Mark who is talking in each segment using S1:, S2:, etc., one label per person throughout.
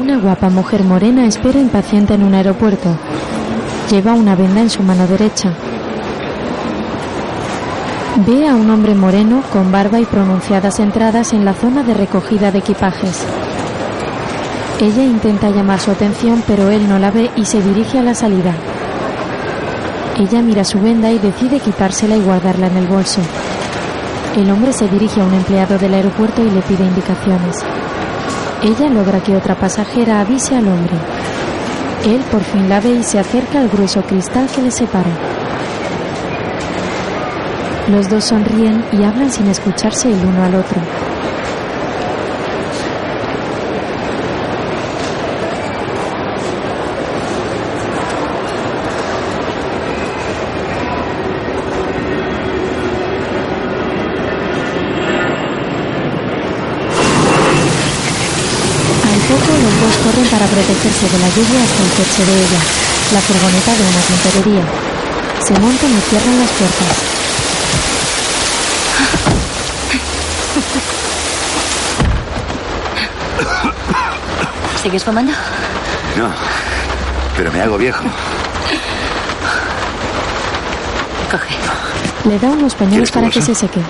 S1: Una guapa mujer morena espera impaciente en un aeropuerto. Lleva una venda en su mano derecha. Ve a un hombre moreno con barba y pronunciadas entradas en la zona de recogida de equipajes. Ella intenta llamar su atención, pero él no la ve y se dirige a la salida. Ella mira su venda y decide quitársela y guardarla en el bolso. El hombre se dirige a un empleado del aeropuerto y le pide indicaciones. Ella logra que otra pasajera avise al hombre. Él por fin la ve y se acerca al grueso cristal que les separa. Los dos sonríen y hablan sin escucharse el uno al otro. Al poco los dos corren para protegerse de la lluvia hasta el coche de ella, la furgoneta de una tintorería. Se montan y cierran las puertas.
S2: ¿Sigues fumando?
S3: No, pero me hago viejo.
S2: Coge.
S1: Le da unos pañuelos
S3: ¿Quieres tu
S1: para que
S3: bolsa?
S1: se seque.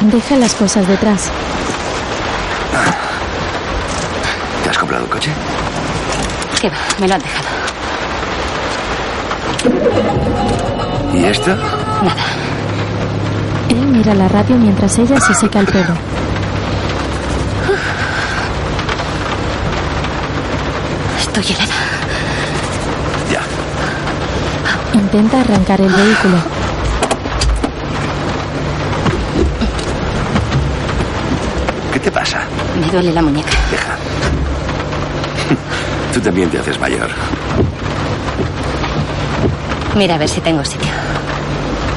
S1: Deja las cosas detrás.
S3: ¿Te has comprado el coche?
S2: ¿Qué va? Me lo han dejado.
S3: ¿Y esto?
S1: Él mira la radio mientras ella se seca el pelo.
S2: Estoy helada.
S3: Ya.
S1: Intenta arrancar el vehículo.
S3: ¿Qué te pasa?
S2: Me duele la muñeca.
S3: Deja. Tú también te haces mayor.
S2: Mira a ver si tengo sitio.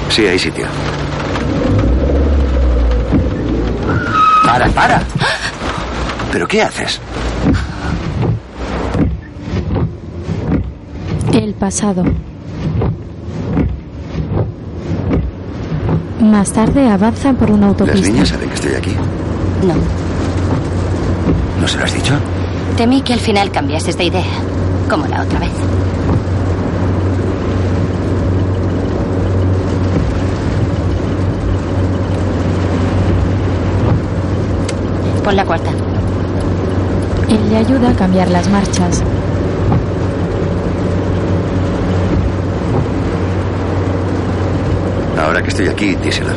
S3: Sí, hay sitio. Para, para. ¿Pero qué haces?
S1: El pasado. Más tarde avanzan por una
S3: Las
S1: autopista.
S3: niñas saben que estoy aquí.
S2: No.
S3: ¿No se lo has dicho?
S2: Temí que al final cambiases de idea. Como la otra vez. Pon la cuarta.
S1: Él le ayuda a cambiar las marchas.
S3: Ahora que estoy aquí, díselo.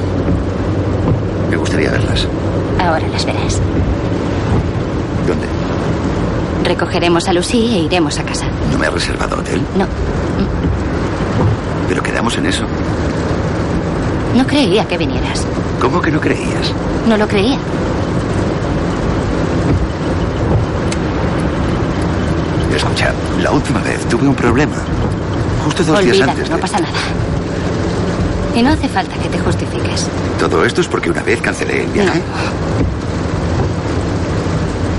S3: Me gustaría verlas.
S2: Ahora las verás.
S3: ¿Dónde?
S2: Recogeremos a Lucy e iremos a casa.
S3: ¿No me has reservado hotel?
S2: No,
S3: Pero quedamos en eso.
S2: no creía que vinieras.
S3: ¿Cómo que no creías?
S2: No lo creía.
S3: Escucha, la última vez tuve un problema. Justo dos días
S2: Olvídalo,
S3: antes.
S2: no
S3: de-
S2: pasa nada. Y no hace falta que te justifiques.
S3: Todo esto es porque una vez cancelé el viaje.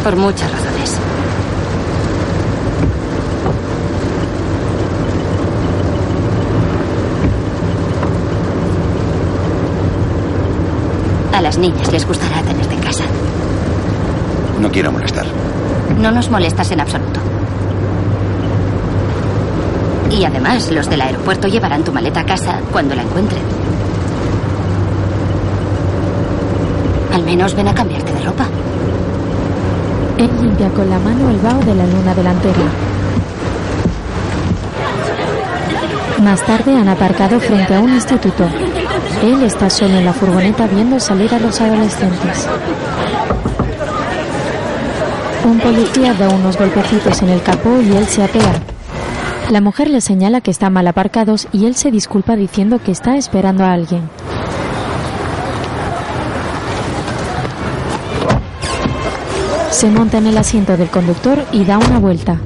S2: Por muchas razones. A las niñas les gustará tenerte en casa.
S3: No, quiero molestar.
S2: No nos molestas en absoluto. Y además, los del aeropuerto llevarán tu maleta a casa cuando la encuentren. Al menos ven a cambiarte de ropa.
S1: Él limpia con la mano el vaho de la luna delantera. Más tarde han aparcado frente a un instituto. Él está solo en la furgoneta viendo salir a los adolescentes. Un policía da unos golpecitos en el capó y él se apea. La mujer le señala que está mal aparcados y él se disculpa diciendo que está esperando a alguien. Se monta en el asiento del conductor y da una vuelta.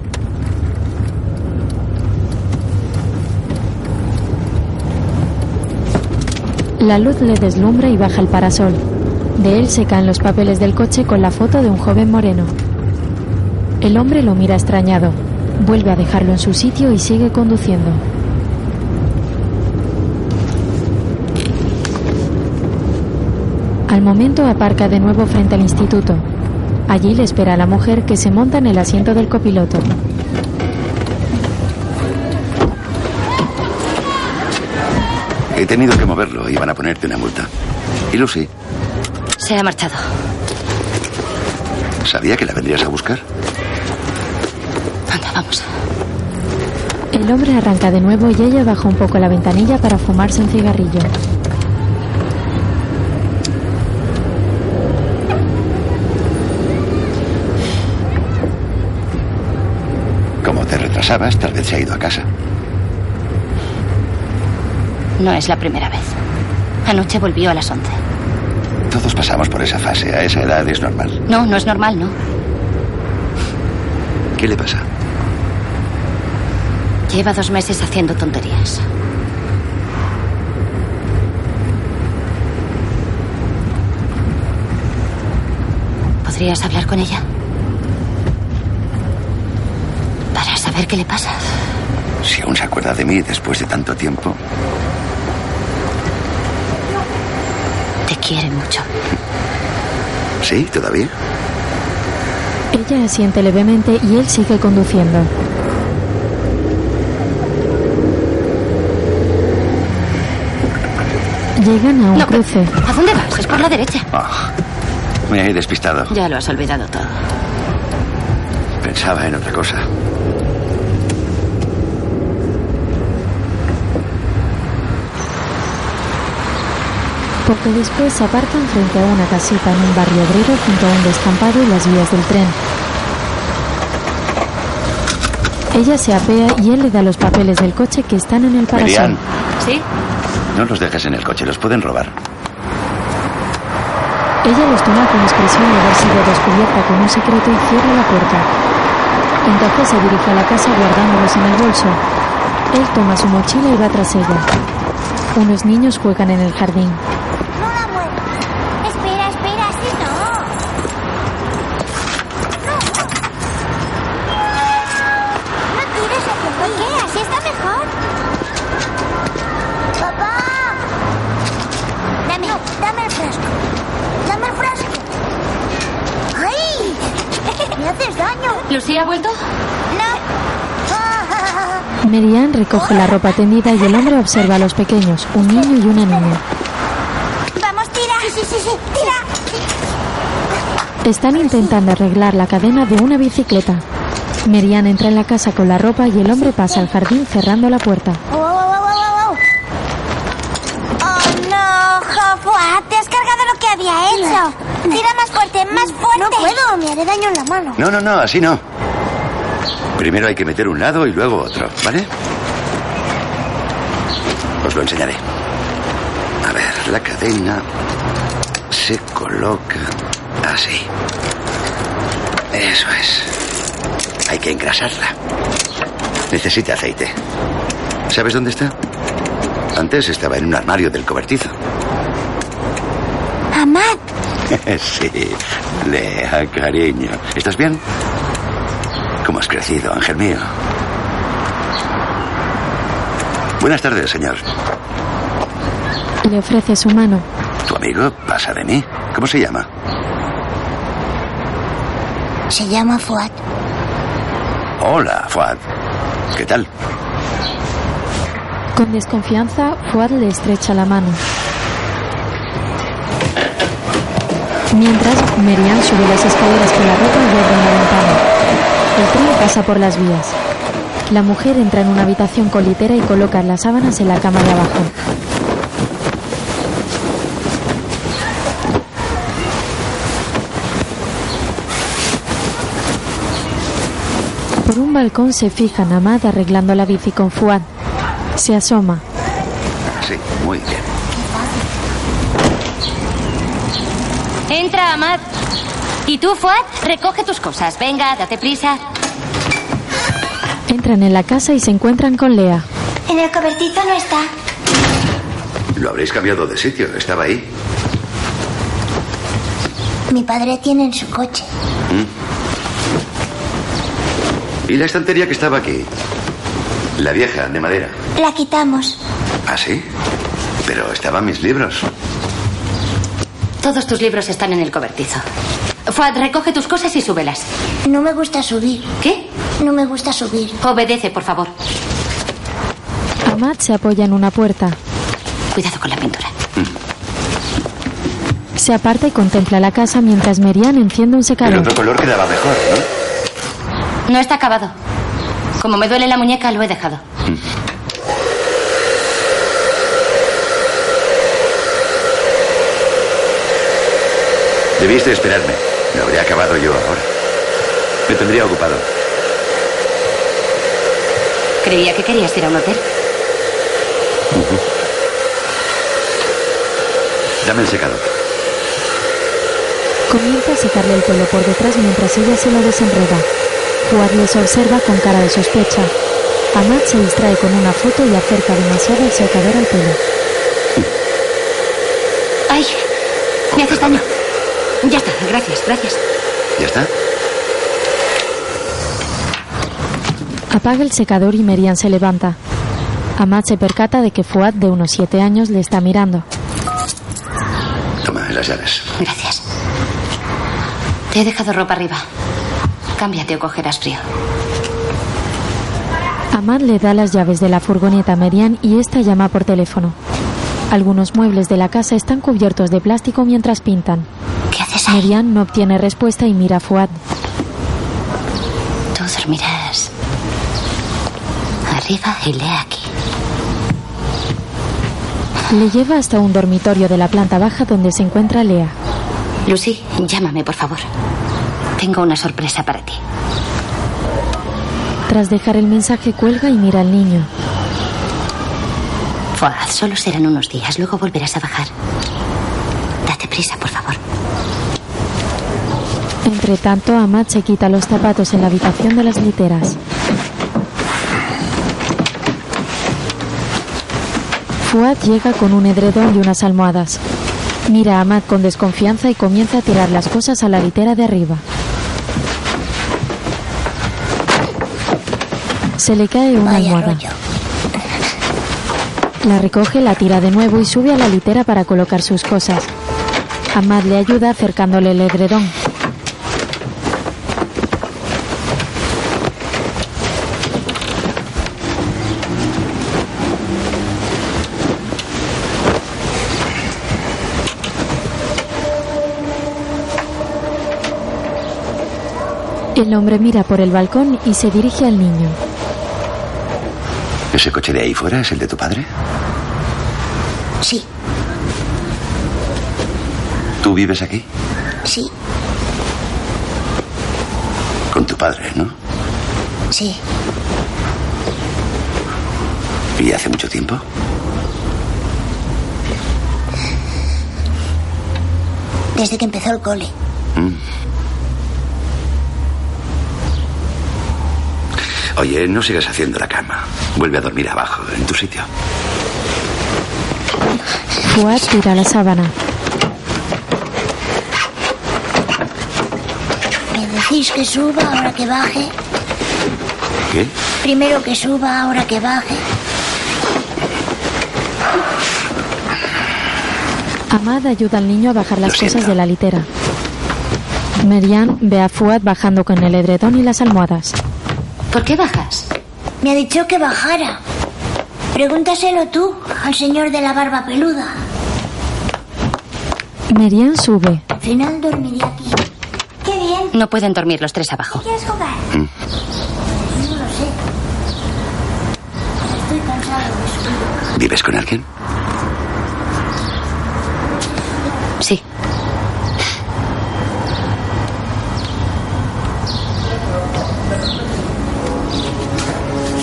S1: La luz le deslumbra y baja el parasol. De él se caen los papeles del coche con la foto de un joven moreno. El hombre lo mira extrañado. Vuelve a dejarlo en su sitio y sigue conduciendo. Al momento aparca de nuevo frente al instituto. Allí le espera a la mujer que se monta en el asiento del copiloto.
S3: He tenido que moverlo y van a ponerte una multa. ¿Y Lucy?
S4: Se ha marchado.
S3: ¿Sabía que la vendrías a buscar?
S4: Anda, vamos.
S1: El hombre arranca de nuevo y ella baja un poco la ventanilla para fumarse un cigarrillo.
S3: Como te retrasabas, tal vez se ha ido a casa.
S4: No es la primera vez. Anoche volvió a las 11.
S3: Todos pasamos por esa fase. A esa edad es normal.
S4: No, no es normal, ¿no?
S3: ¿Qué le pasa?
S4: Lleva dos meses haciendo tonterías. ¿Podrías hablar con ella? Para saber qué le pasa.
S3: Si aún se acuerda de mí después de tanto tiempo,
S4: Te quiere mucho.
S3: ¿sí? ¿Todavía?
S1: Ella asiente levemente y él sigue conduciendo. Llegan a un
S4: No, pero-
S1: cruce.
S4: ¿A dónde vas? Es por la derecha.
S3: Ah, me he despistado.
S4: Ya lo has olvidado todo.
S3: Pensaba en otra cosa.
S1: Poco después se apartan frente a una casita en un barrio obrero junto a un descampado y las vías del tren. Ella se apea y él le da los papeles del coche que están en el parasol.
S3: Merian,
S4: ¿Sí?
S3: no los dejes en el coche, los pueden robar.
S1: Ella los toma con expresión de haber sido descubierta con un secreto y cierra la puerta. Entonces se dirige a la casa guardándolos en el bolso. Él toma su mochila y va tras ella. Unos niños juegan en el jardín.
S5: No la muevas. Espera, espera, así no. No. No tires hacia ¿Por qué? Así está mejor. Papá. Dame, dame el frasco. Dame el frasco. ¡Ay! ¡Me haces daño!
S4: ¿Lucía ha vuelto?
S5: ¡No! Ah.
S1: Merian recoge la ropa tendida y el hombre observa a los pequeños, un niño y una niña.
S5: ¡Vamos, tira! Sí, sí, sí, sí. ¡Tira!
S1: Están intentando arreglar la cadena de una bicicleta. Merian entra en la casa con la ropa y el hombre pasa al jardín cerrando la puerta.
S5: ¡Oh, oh, oh, oh, oh, oh! ¡Oh, no, Joshua! ¡Te has cargado lo que había hecho! ¡Tira más fuerte, más fuerte! No puedo, me haré daño en la mano.
S3: No, no, no, así no. Primero hay que meter un lado y luego otro, ¿vale? Os lo enseñaré. A ver, la cadena se coloca así. Eso es. Hay que engrasarla. Necesita aceite. ¿Sabes dónde está? Antes estaba en un armario del cobertizo.
S5: ¡Amad!
S3: Sí, Lea, cariño. ¿Estás bien? ¿Cómo has crecido, ángel mío? Buenas tardes, señor.
S1: Le ofrece su mano.
S3: ¿Tu amigo pasa de mí? ¿Cómo se llama?
S5: Se llama Fuad.
S3: Hola, Fuad. ¿Qué tal?
S1: Con desconfianza, Fuad le estrecha la mano. Mientras, Merian sube las escaleras con la ropa y abre la ventana. El tren pasa por las vías. La mujer entra en una habitación con litera y coloca las sábanas en la cama de abajo. Por un balcón se fija Namad arreglando la bici con Fuad. Se asoma.
S3: Sí, muy bien.
S4: Entra, Amad. ¿Y tú, Fuad? Recoge tus cosas. Venga, date prisa.
S1: Entran en la casa y se encuentran con Lea.
S5: En el cobertizo no está.
S3: Lo habréis cambiado de sitio. Estaba ahí.
S5: Mi padre tiene en su coche.
S3: ¿Y la estantería que estaba aquí? La vieja, de madera.
S5: La quitamos.
S3: ¿Ah, sí? Pero estaban mis libros.
S4: Todos tus libros están en el cobertizo.
S2: Fuad, recoge tus cosas y súbelas.
S5: No me gusta subir.
S2: ¿Qué?
S5: No me gusta subir.
S2: Obedece, por favor.
S1: Amat se apoya en una puerta. Mm.
S2: Cuidado con la pintura.
S1: Se aparta y contempla la casa mientras Merian enciende un
S3: El
S1: secador.
S3: otro color quedaba mejor, ¿no?
S2: No está acabado. Como me duele la muñeca, lo he dejado.
S3: Debiste esperarme. Lo habría acabado yo ahora. Me tendría ocupado.
S2: Creía que querías ir a un hotel.
S3: Dame el secador.
S1: Comienza a secarle el pelo por detrás mientras ella se lo desenreda. Fuad les observa con cara de sospecha. Amat se distrae con una foto y acerca demasiado el secador al pelo.
S2: ¡Ay! Me haces daño. Ya está, gracias, gracias.
S3: ¿Ya está?
S1: Apaga el secador y Merian se levanta. Amat se percata de que Fuad, de unos siete años, le está mirando.
S3: Toma las llaves.
S2: Gracias. Te he dejado ropa arriba. Cámbiate o cogerás frío.
S1: Amat le da las llaves de la furgoneta a Merian y esta llama por teléfono. Algunos muebles de la casa están cubiertos de plástico mientras pintan.
S2: ¿Qué haces ahí?
S1: Merian no obtiene respuesta y mira a Fuad.
S2: Tú dormirás. Arriba y lee aquí.
S1: Le lleva hasta un dormitorio de la planta baja donde se encuentra Lea.
S2: Lucy, llámame, por favor. Tengo una sorpresa para ti.
S1: Tras dejar el mensaje cuelga y mira al niño.
S2: Fuad, solo serán unos días, luego volverás a bajar. Date prisa, por favor.
S1: Entre tanto, Amat se quita los zapatos en la habitación de las literas. Fuad llega con un edredón y unas almohadas. Mira a Amat con desconfianza y comienza a tirar las cosas a la litera de arriba. Se le cae una
S5: Vaya
S1: almohada.
S5: rollo.
S1: La recoge, la tira de nuevo y sube a la litera para colocar sus cosas. Amad le ayuda acercándole el edredón. El hombre mira por el balcón y se dirige al niño.
S3: ¿Ese coche de ahí fuera es el de tu padre?
S5: Sí,
S3: ¿Tú vives aquí?
S5: sí,
S3: Con tu padre, ¿no?
S5: sí.
S3: ¿Y hace mucho tiempo?
S5: Desde que empezó el cole.
S3: Oye, no sigas haciendo la cama. Vuelve a dormir abajo, en tu sitio.
S1: Fuad tira la sábana.
S5: Me decís Eh, que suba, ahora que baje.
S3: ¿Qué?
S5: Primero que suba, ahora que baje.
S1: Amad ayuda al niño a bajar las
S3: Lo
S1: cosas
S3: siento.
S1: de la litera. Merian ve a Fuad bajando con el edredón y las almohadas.
S2: ¿Por qué bajas?
S5: Me ha dicho que bajara. Pregúntaselo tú al señor de la barba peluda.
S1: Merian sube.
S5: Al final dormiré aquí. Qué bien.
S2: No pueden dormir los tres abajo.
S5: ¿Quieres jugar?
S3: Mm.
S5: No lo sé. Estoy cansado de subir.
S3: ¿Vives con alguien?
S2: Sí.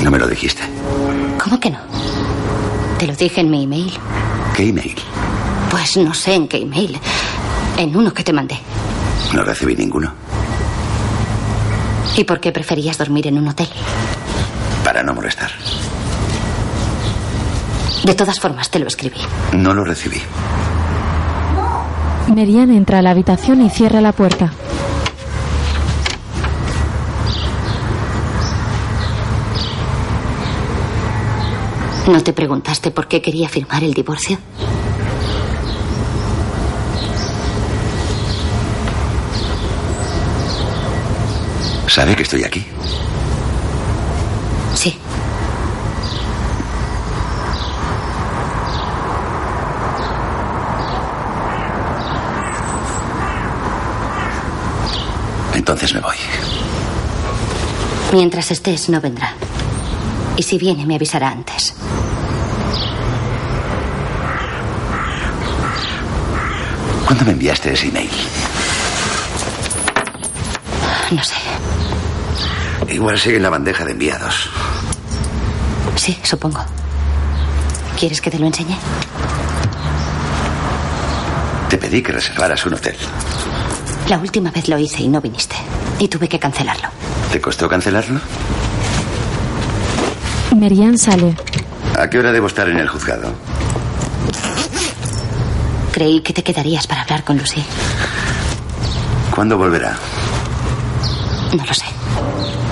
S3: No me lo dijiste.
S2: ¿Cómo que no? Te lo dije en mi email.
S3: ¿Qué email?
S2: Pues no sé en qué email. En uno que te mandé.
S3: No recibí ninguno.
S2: ¿Y por qué preferías dormir en un hotel?
S3: Para no molestar.
S2: De todas formas, te lo escribí.
S3: No lo recibí.
S1: Merian entra a la habitación y cierra la puerta.
S2: ¿No te preguntaste por qué quería firmar el divorcio?
S3: ¿Sabe que estoy aquí?
S2: Sí.
S3: Entonces me voy.
S2: Mientras estés, no vendrá. Y si viene, me avisará antes.
S3: ¿Cuándo me enviaste ese email?
S2: No sé.
S3: Igual sigue en la bandeja de enviados.
S2: Sí, supongo. ¿Quieres que te lo enseñe?
S3: Te pedí que reservaras un hotel.
S2: La última vez lo hice y no viniste. Y tuve que cancelarlo.
S3: ¿Te costó cancelarlo?
S1: Merian sale.
S3: ¿A qué hora debo estar en el juzgado?
S2: Creí que te quedarías para hablar con Lucy.
S3: ¿Cuándo volverá?
S2: No lo sé.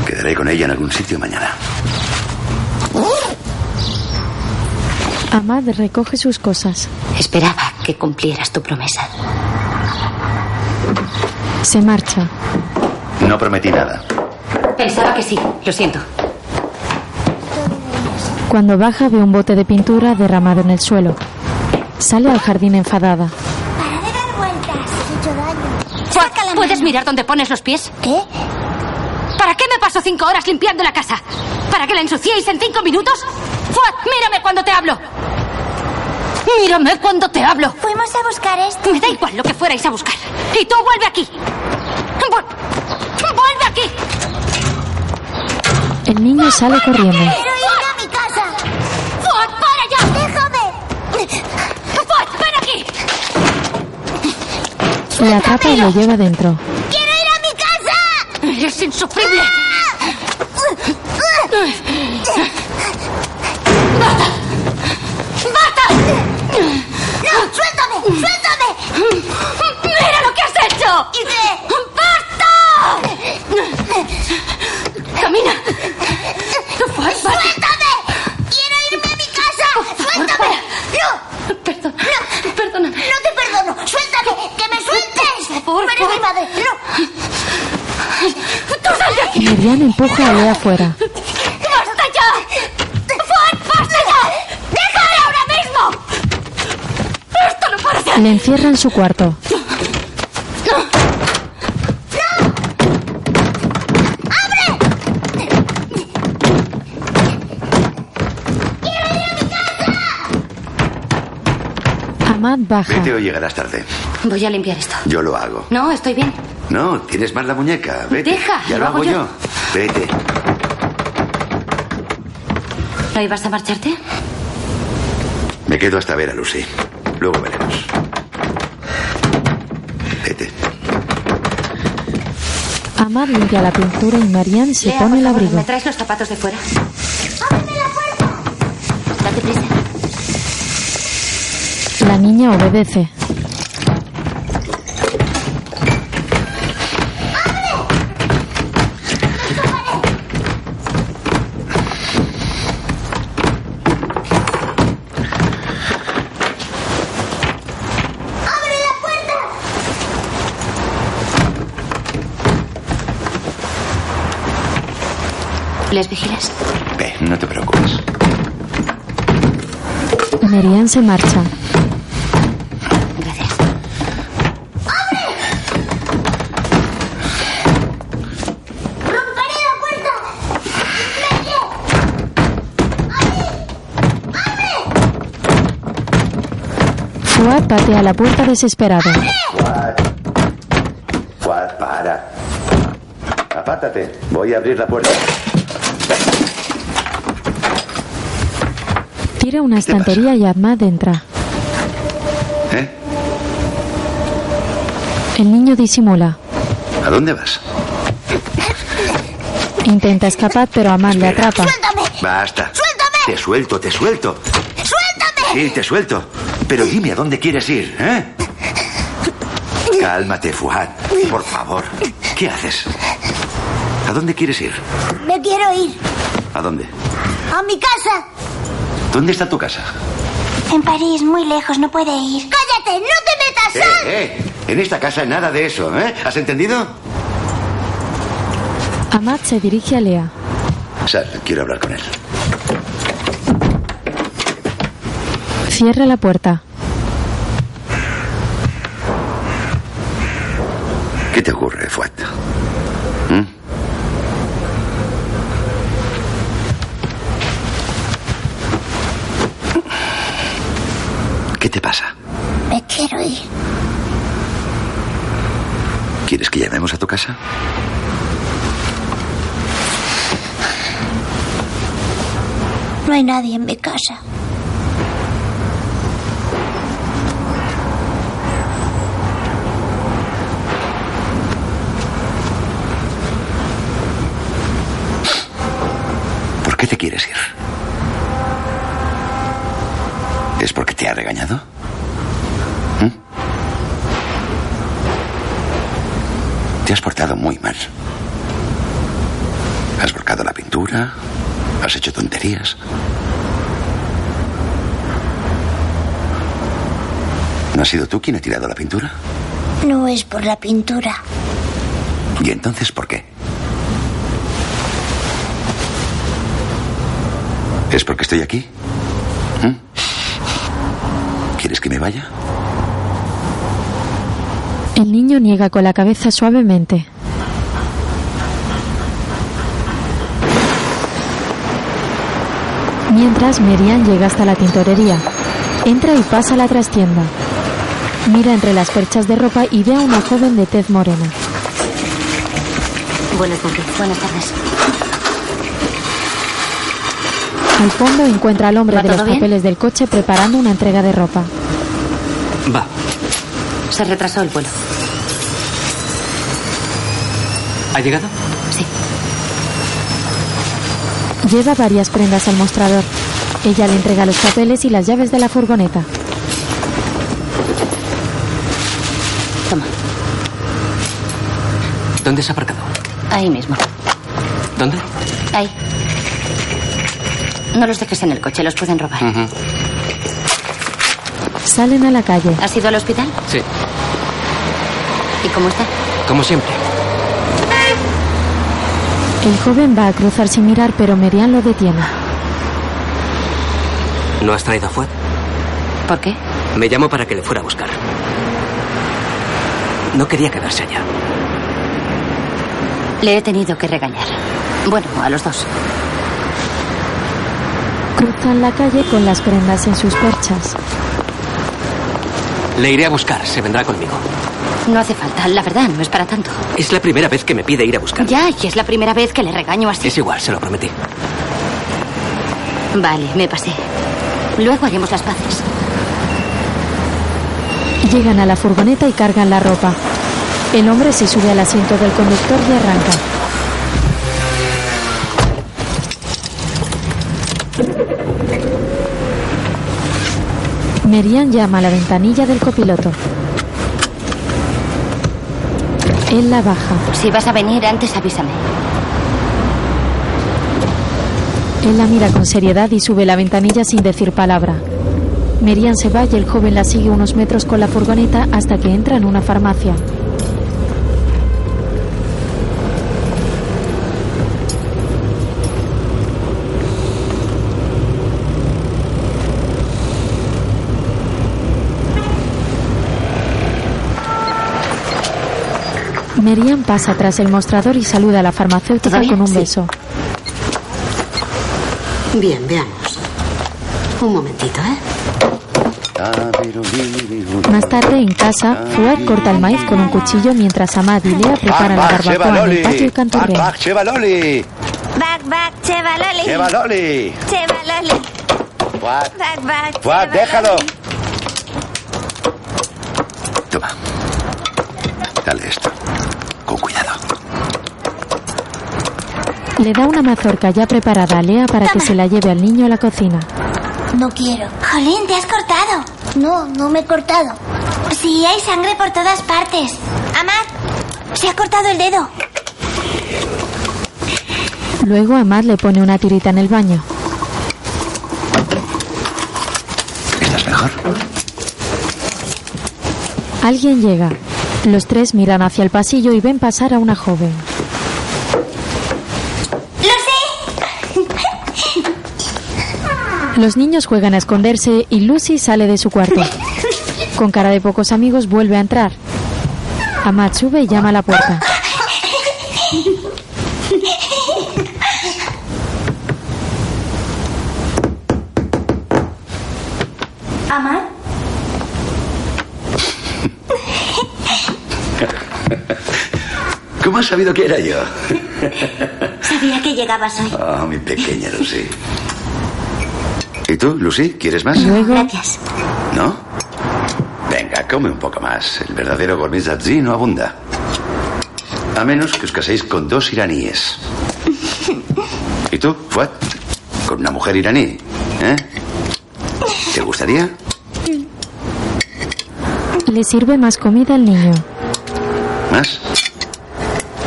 S3: Quedaré con ella en algún sitio mañana.
S1: Amad recoge sus cosas.
S2: Esperaba que cumplieras tu promesa.
S1: Se marcha.
S3: No prometí nada.
S2: Pensaba que sí. Lo siento.
S1: Cuando baja ve un bote de pintura derramado en el suelo. Sale al jardín enfadada.
S4: Para de dar vueltas. Has hecho daño.
S2: Fuad,
S4: Saca la
S2: ¿Puedes
S4: mano.
S2: mirar dónde pones los pies?
S4: ¿Qué?
S2: ¿Para qué me paso cinco horas limpiando la casa? ¿Para que la ensuciéis en cinco minutos? Fuad, mírame cuando te hablo. Oh, Mírame cuando te hablo.
S4: Fuimos a buscar esto.
S2: Me da igual lo que fuerais a buscar. Y tú vuelve aquí. Vuel- ¡Vuelve aquí!
S1: El niño sale corriendo.
S4: Quiero ir a mi casa.
S2: ¡Fuad, para ya!
S4: Déjame.
S2: ¡Fuad, ven aquí!
S1: Le atrapa y lo lleva dentro.
S4: Quiero ir a mi casa.
S2: ¡Eres insufrible!
S4: No, suéltame, suéltame.
S2: ¡Mira lo que has hecho!
S4: ¿Y qué?
S2: ¡Basta! ¡Camina! ¡Fuad, para!
S4: Suéltame. Quiero irme a mi casa. Suéltame. No,
S2: Perdón, perdóname.
S4: no te perdono. Suéltame. Que me sueltes.
S2: favor,
S4: No eres
S2: por-
S4: mi madre. No.
S2: ¡Tú sal de aquí!
S1: Merian empuja a Lea afuera.
S2: ¡Basta ya! ¡Fuad, basta ya! ¡Déjale ahora mismo! ¡Esto no puede ser!
S1: Le encierra en su cuarto. Amad baja.
S3: Vete o llegarás tarde.
S2: Voy a limpiar esto.
S3: Yo lo hago.
S2: No, estoy bien.
S3: No, tienes mal la muñeca. Vete.
S2: Deja,
S3: Ya lo, hago yo. Vete.
S2: ¿No ibas a marcharte?
S3: Me quedo hasta ver a Lucy. Luego veremos. Vete.
S1: Amad limpia la pintura y Marianne se
S2: Lea,
S1: pone
S2: por
S1: el
S2: favor,
S1: abrigo.
S2: ¿Me traes los zapatos de fuera?
S4: Ábreme la puerta.
S2: Date prisa.
S1: La niña obedece.
S2: ¿Les vigilas?
S3: Ve, no te preocupes.
S1: Marianne se marcha.
S2: Gracias.
S4: Romperé la puerta.
S1: Fuad patea la puerta desesperado.
S3: Juan, para. Apátate. Voy a abrir la puerta.
S1: Tira una estantería y Amad entra.
S3: ¿Eh?
S1: El niño disimula.
S3: ¿A dónde vas?
S1: Intenta escapar, pero Amad le atrapa.
S4: Suéltame.
S3: Basta.
S4: ¡Suéltame!
S3: Te suelto, te suelto.
S4: Suéltame.
S3: Sí, te suelto. Pero dime a dónde quieres ir, ¿eh? Cálmate, Fuad. Por favor. ¿Qué haces? ¿A dónde quieres ir?
S4: Me quiero ir
S3: ¿A dónde?
S4: a mi casa.
S3: ¿Dónde está tu casa?
S4: En París, muy lejos, no puede ir. ¡Cállate! ¡No te metas,
S3: Eh,
S4: Sam!
S3: eh, en esta casa nada de eso, ¿eh? ¿Has entendido?
S1: Amat se dirige a Lea.
S3: Sal, quiero hablar con él.
S1: Cierra la puerta.
S3: ¿Qué te ocurre, Fuat? ¿Mm? ¿Mm? ¿Qué te pasa?
S5: Me quiero ir.
S3: ¿Quieres que llamemos a tu casa?
S5: No hay nadie en mi casa.
S3: ¿Por qué te quieres ir? ¿Es porque te ha regañado? ¿Mm? Te has portado muy mal. Has volcado la pintura, has hecho tonterías. ¿No has sido tú quien ha tirado la pintura?
S5: No es por la pintura.
S3: ¿Y entonces por qué? ¿Es porque estoy aquí? ¿Mm? ¿Quieres que me vaya?
S1: El niño niega con la cabeza suavemente. Mientras, Merian llega hasta la tintorería. Entra y pasa a la trastienda. Mira entre las perchas de ropa y ve a una joven de tez morena.
S2: Buenas tardes.
S4: Buenas tardes.
S1: Al fondo encuentra al hombre
S2: ¿Va
S1: de los
S2: todo bien?
S1: papeles del coche preparando una entrega de ropa.
S2: Va. Se retrasó el vuelo.
S6: ¿Ha llegado?
S2: Sí.
S1: Lleva varias prendas al mostrador. Ella le entrega los papeles y las llaves de la furgoneta.
S2: Toma.
S6: ¿Dónde se ha aparcado?
S2: Ahí mismo.
S6: ¿Dónde?
S2: Ahí. No los dejes en el coche, los pueden robar.
S1: Salen a la calle.
S2: ¿Has ido al hospital?
S6: Sí,
S2: ¿Y cómo está?
S6: como siempre.
S1: El joven va a cruzar sin mirar, pero Merian lo detiene.
S6: ¿No has traído a Fuad?
S2: ¿Por qué?
S6: Me llamó para que le fuera a buscar. No quería quedarse allá.
S2: Le he tenido que regañar. Bueno, a los dos.
S1: Cruzan la calle con las prendas en sus perchas.
S6: Le iré a buscar, se vendrá conmigo.
S2: No hace falta, la verdad, no es para tanto.
S6: Es la primera vez que me pide ir a buscar.
S2: Ya, y es la primera vez que le regaño así.
S6: Es igual, se lo prometí.
S2: Vale, me pasé. Luego haremos las paces.
S1: Llegan a la furgoneta y cargan la ropa. El hombre se sube al asiento del conductor y arranca. Merian llama a la ventanilla del copiloto. Él la baja.
S2: Si vas a venir antes, avísame.
S1: Él la mira con seriedad y sube la ventanilla sin decir palabra. Merian se va y el joven la sigue unos metros con la furgoneta hasta que entra en una farmacia. Merian pasa tras el mostrador y saluda a la farmacéutica
S2: ¿Todo bien?
S1: con un
S2: Sí.
S1: beso.
S2: Bien, veamos. Un momentito, ¿eh?
S1: Más tarde, en casa, Fuad corta el maíz con un cuchillo mientras Amad y Lea preparan la
S3: Arbac,
S1: barbacoa en el patio y canturrean.
S3: Arbac, Chevaloli.
S5: Back, back, chevaloli.
S3: Chevaloli.
S5: Chevaloli.
S3: Fuat,
S5: Back, back.
S3: Fuat,
S5: chevaloli.
S3: déjalo. Toma. Dale esto. Con cuidado.
S1: Le da una mazorca ya preparada a Lea para que se la lleve al niño a la cocina.
S5: No quiero. Jolín, te has cortado. No, no me he cortado. Sí, hay sangre por todas partes. Amad, se ha cortado el dedo.
S1: Luego Amad le pone una tirita en el baño.
S3: ¿Estás mejor?
S1: Alguien llega. Los tres miran hacia el pasillo y ven pasar a una joven. Los niños juegan a esconderse y Lucy sale de su cuarto. Con cara de pocos amigos vuelve a entrar. Amat sube y llama a la puerta.
S5: ¿Amar?
S3: ¿Cómo has sabido que era yo?
S5: Sabía que llegabas hoy.
S3: Oh, mi pequeña Lucy. ¿Y tú, Lucy? ¿Quieres más?
S1: Luego,
S5: Gracias.
S3: ¿No? Venga, come un poco más. El verdadero gourmet tzatziki no abunda. A menos que os caséis con dos iraníes. ¿Y tú, Fuad? Con una mujer iraní, ¿eh? ¿Te gustaría?
S1: le sirve más comida al niño.
S3: ¿Más?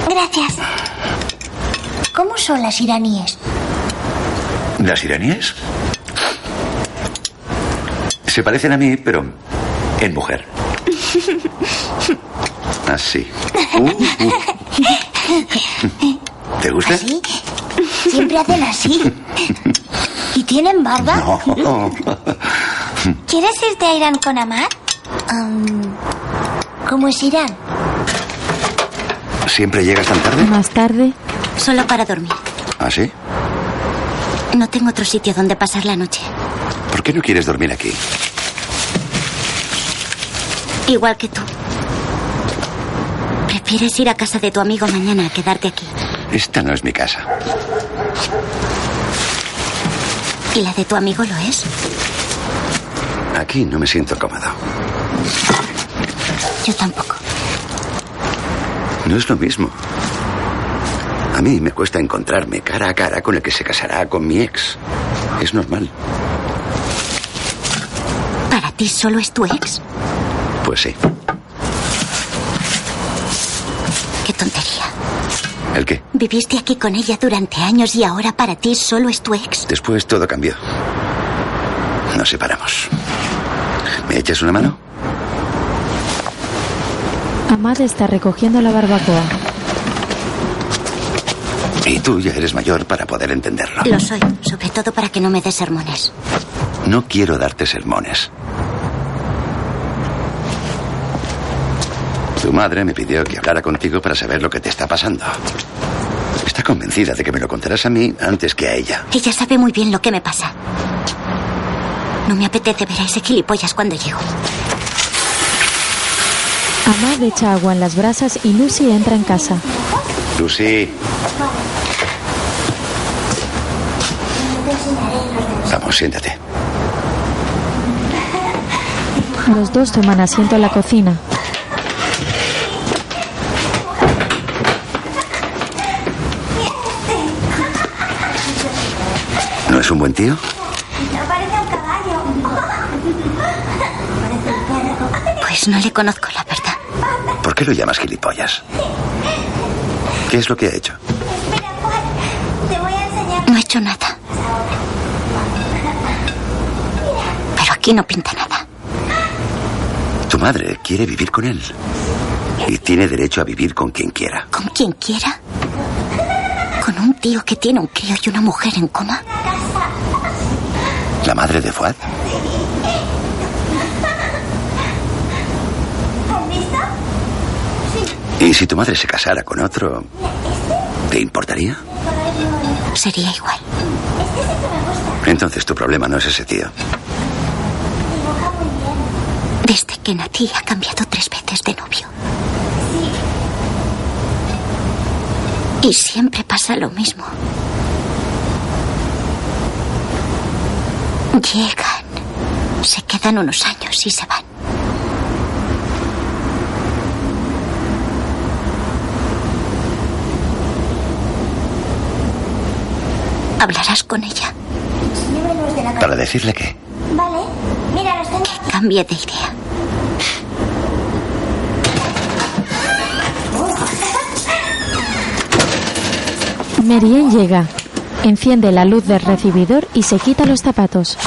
S5: Gracias. ¿Cómo son las iraníes?
S3: ¿Las iraníes? Se parecen a mí, pero en mujer. Así. Uh, uh. ¿Te gusta?
S5: ¿Así? Siempre hacen así. ¿Y tienen barba?
S3: No.
S5: ¿Quieres irte a Irán con Amar? ¿Cómo es Irán?
S3: ¿Siempre llegas tan tarde?
S1: Más tarde,
S7: Solo para dormir.
S3: ¿Ah, sí?
S7: No tengo otro sitio donde pasar la noche.
S3: ¿Por qué no quieres dormir aquí?
S7: Igual que tú. Prefieres ir a casa de tu amigo mañana a quedarte aquí.
S3: Esta no es mi casa.
S7: ¿Y la de tu amigo lo es?
S3: Aquí no me siento cómodo.
S7: Yo tampoco.
S3: No es lo mismo. A mí me cuesta encontrarme cara a cara con el que se casará con mi ex. Es normal.
S7: ¿Para ti solo es tu ex?
S3: Pues sí.
S7: Qué tontería.
S3: ¿El qué?
S7: Viviste aquí con ella durante años y ahora para ti solo es tu ex.
S3: Después todo cambió. Nos separamos. ¿Me echas una mano?
S1: Amad está recogiendo la barbacoa.
S3: Y tú ya eres mayor para poder entenderlo.
S7: Lo soy, sobre todo para que no me des sermones.
S3: No quiero darte sermones. Tu madre me pidió que hablara contigo para saber lo que te está pasando. Está convencida de que me lo contarás a mí antes que a ella.
S7: Ella sabe muy bien lo que me pasa. No me apetece ver a ese gilipollas cuando llego.
S1: Amad echa agua en las brasas y Lucy entra en casa.
S3: Lucy. Vamos, siéntate.
S1: Los dos toman asiento en la cocina.
S3: ¿No es un buen tío?
S5: Parece un caballo.
S7: Pues no le conozco la verdad.
S3: ¿Por qué lo llamas gilipollas? ¿Qué es lo que ha hecho?
S5: Espera, Juan. Te voy a enseñar.
S7: No he hecho nada. Pero aquí no pinta nada.
S3: Tu madre quiere vivir con él. Y tiene derecho a vivir con quien quiera.
S7: Con quien quiera. Con un tío que tiene un crío y una mujer en coma.
S3: ¿La madre de Fuad? ¿Y si tu madre se casara con otro? ¿Te importaría?
S7: Sería igual.
S3: Entonces tu problema no es ese tío.
S7: Desde que nací ha cambiado tres veces de novio. Y siempre pasa lo mismo. Llegan, se quedan unos años y se van. ¿Hablarás con ella?
S5: Líbranos de la
S3: ¿Para decirle qué?
S5: Vale. Mira, los tengo.
S7: Cambie de idea.
S1: Merien llega, enciende la luz del recibidor y se quita los zapatos.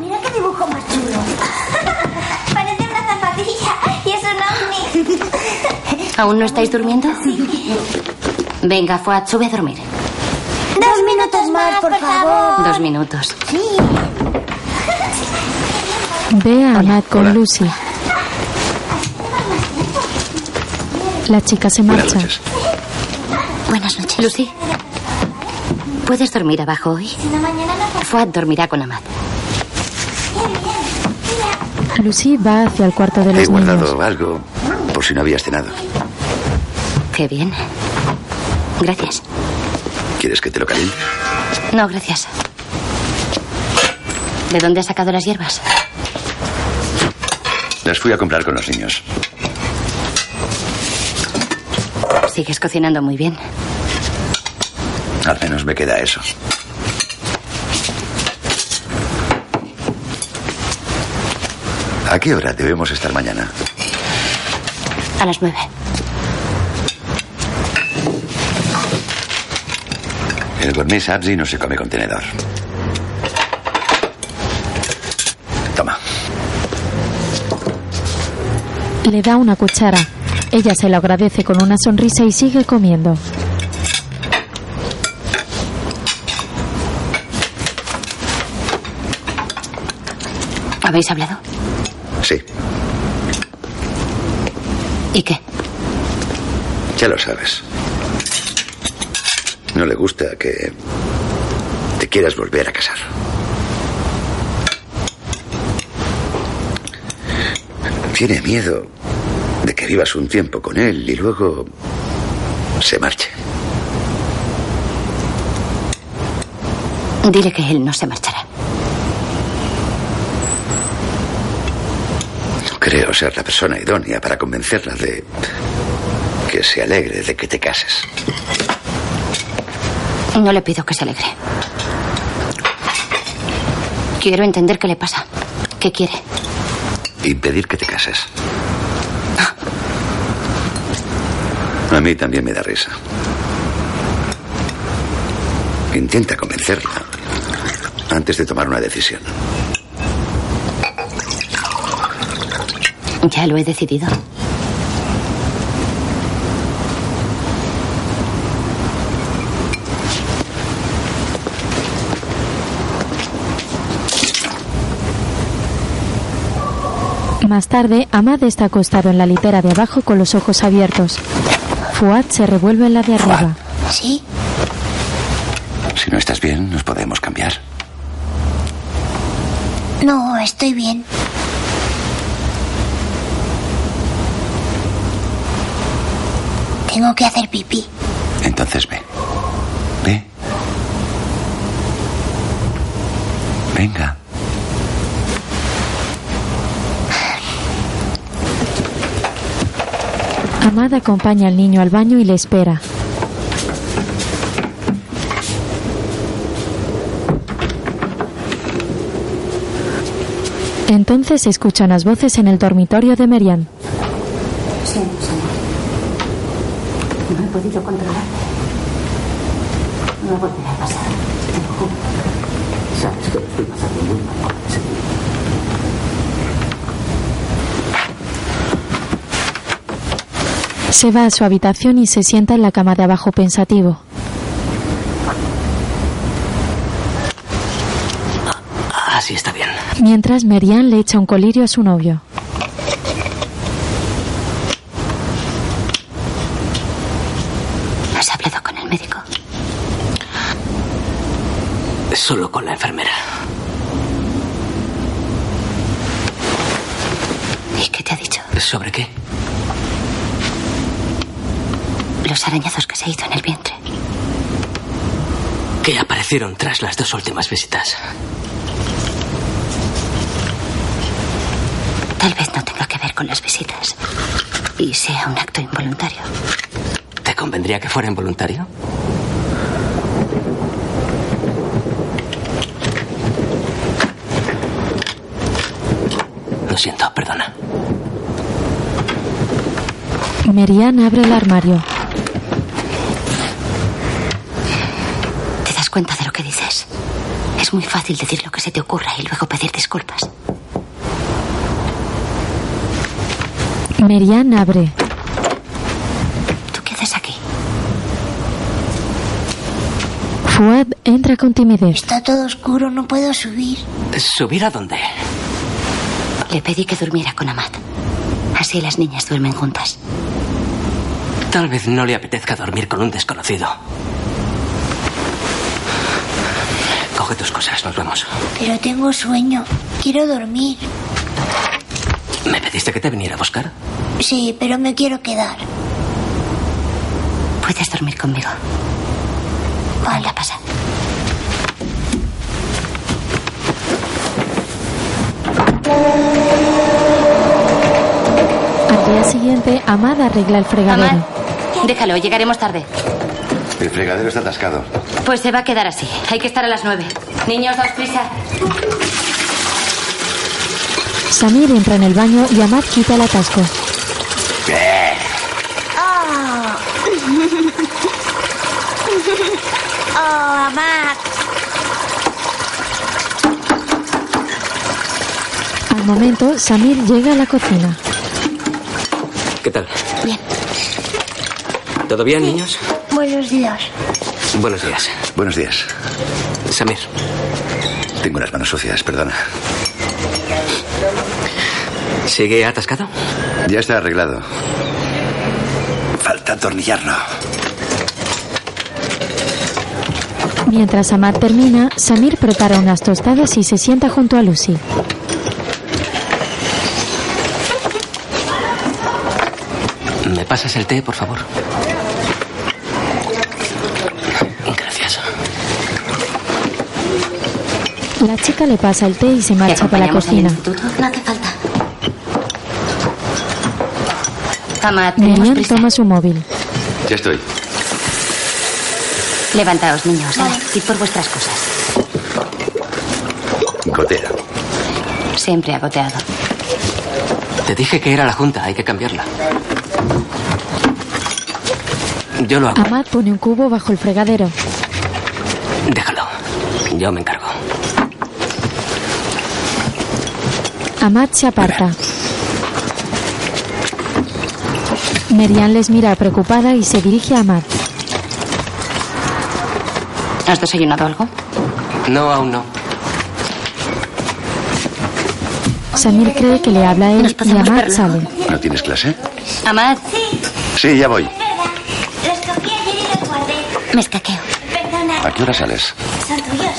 S5: Mira qué dibujo más chulo. Parece una zapatilla y es un ovni.
S7: ¿Aún no estáis durmiendo? Venga, Fuad, sube a dormir.
S5: Dos minutos más, por favor.
S2: Dos minutos.
S5: Sí.
S1: Ve a Matt con
S3: Hola.
S1: Lucy. La chica se
S3: Buenas
S1: marcha.
S3: noches.
S2: Buenas noches. Lucy. ¿Puedes dormir abajo hoy? Fuad dormirá con Amad.
S1: Lucy va hacia el cuarto de
S3: He
S1: los niños.
S3: guardado algo por si no habías cenado.
S2: Qué bien. Gracias.
S3: ¿Quieres que te lo caliente?
S2: No, gracias. ¿De dónde has sacado las hierbas?
S3: Las fui a comprar con los niños.
S2: Sigues cocinando muy bien.
S3: Al menos me queda eso. ¿A qué hora debemos estar mañana?
S2: A las nueve.
S3: El gourmet sabzi no se come con tenedor. Toma.
S1: Le da una cuchara. Ella se lo agradece con una sonrisa y sigue comiendo.
S2: ¿Habéis hablado?
S3: Sí,
S2: ¿Y qué?
S3: ya lo sabes. No le gusta que te quieras volver a casar. Tiene miedo de que vivas un tiempo con él y luego se marche.
S2: Dile que él no se marchará.
S3: No creo ser la persona idónea para convencerla de que se alegre de que te cases.
S2: No le pido que se alegre. Quiero entender qué le pasa. ¿Qué quiere?
S3: Impedir que te cases. A mí también me da risa. Intenta convencerla antes de tomar una decisión.
S2: Ya lo he decidido.
S1: Más tarde, Amad está acostado en la litera de abajo con los ojos abiertos. Fuad se revuelve en la de arriba.
S5: Sí.
S3: Si no estás bien, nos podemos cambiar.
S5: No, estoy bien. Tengo que hacer pipí.
S3: Entonces ve. Ve. Venga.
S1: Amad acompaña al niño al baño y le espera. Entonces se escuchan las voces en el dormitorio de Merian.
S2: Sí, señor. No he podido controlar. No volverá a pasar. Te lo juro.
S6: Sabes que estoy pasando muy mal por
S1: Se va a su habitación y se sienta en la cama de abajo pensativo.
S6: Así está bien.
S1: Mientras Merian le echa un colirio a su novio.
S2: ¿Has hablado con el médico?
S6: Solo con la enfermera.
S2: ¿Y qué te ha dicho?
S6: ¿Sobre qué?
S2: Los arañazos que se hizo en el vientre.
S6: Que aparecieron tras las dos últimas visitas.
S2: Tal vez no tenga que ver con las visitas. Y sea un acto involuntario.
S6: ¿Te convendría que fuera involuntario? Lo siento, perdona.
S1: Merian abre el armario.
S2: ¿Te das cuenta de lo que dices? Es muy fácil decir lo que se te ocurra y luego pedir disculpas.
S1: Merian abre.
S2: ¿Tú qué haces aquí?
S1: Fuad entra con timidez.
S5: Está todo oscuro, no puedo subir.
S6: ¿Subir a dónde?
S2: Le pedí que durmiera con Amat. Así las niñas duermen juntas.
S6: Tal vez no le apetezca dormir con un desconocido. Coge tus cosas, nos vemos.
S5: Pero tengo sueño. Quiero dormir.
S6: ¿Me pediste que te viniera a buscar?
S5: Sí, pero me quiero quedar.
S2: Puedes dormir conmigo. Anda, pasa.
S1: Al día siguiente, Amad arregla el fregadero.
S2: Amat, déjalo, llegaremos tarde.
S3: El fregadero está atascado.
S2: Pues se va a quedar así. Hay que estar a las nueve. Niños, daos prisa.
S1: Samir entra en el baño y Amad quita el atasco.
S5: Oh. oh, Amat.
S1: Al momento, Samir llega a la cocina.
S6: ¿Qué tal? Bien. ¿Todo bien, niños?
S5: Buenos días.
S6: Buenos días.
S3: Buenos días.
S6: Samir,
S3: Tengo las manos sucias, perdona.
S6: ¿sigue atascado?
S3: Ya está arreglado. Falta atornillarlo.
S1: Mientras Amad termina, Samir prepara unas tostadas y se sienta junto a Lucy.
S6: ¿Me pasas el té, por favor? Gracias.
S1: La chica le pasa el té y se
S2: ¿Te
S1: marcha para la
S2: acompañamos al
S1: cocina.
S2: instituto? No hace falta. Amat, tenemos
S1: Merian
S2: prisa.
S1: toma su móvil.
S3: Ya estoy.
S2: Levantaos, niños. Y por vuestras cosas.
S3: Gotera.
S2: Siempre agoteado.
S6: Te dije que era la junta, hay que cambiarla. Yo lo hago.
S1: Amad pone un cubo bajo el fregadero.
S6: Déjalo. Yo me encargo.
S1: Amad se aparta. Merian les mira preocupada y se dirige a Amad.
S2: ¿Has desayunado algo?
S6: No, aún no.
S1: Samir cree que le habla a
S2: Nos
S1: él y
S2: pasamos
S1: Amad
S2: por la-
S1: sale.
S3: ¿No tienes clase?
S2: Amat,
S3: Sí, ya voy.
S5: Es verdad. Los cogí ayer y los guardé.
S2: me escaqueo.
S5: Perdona,
S3: ¿A qué hora sales?
S5: son tuyos.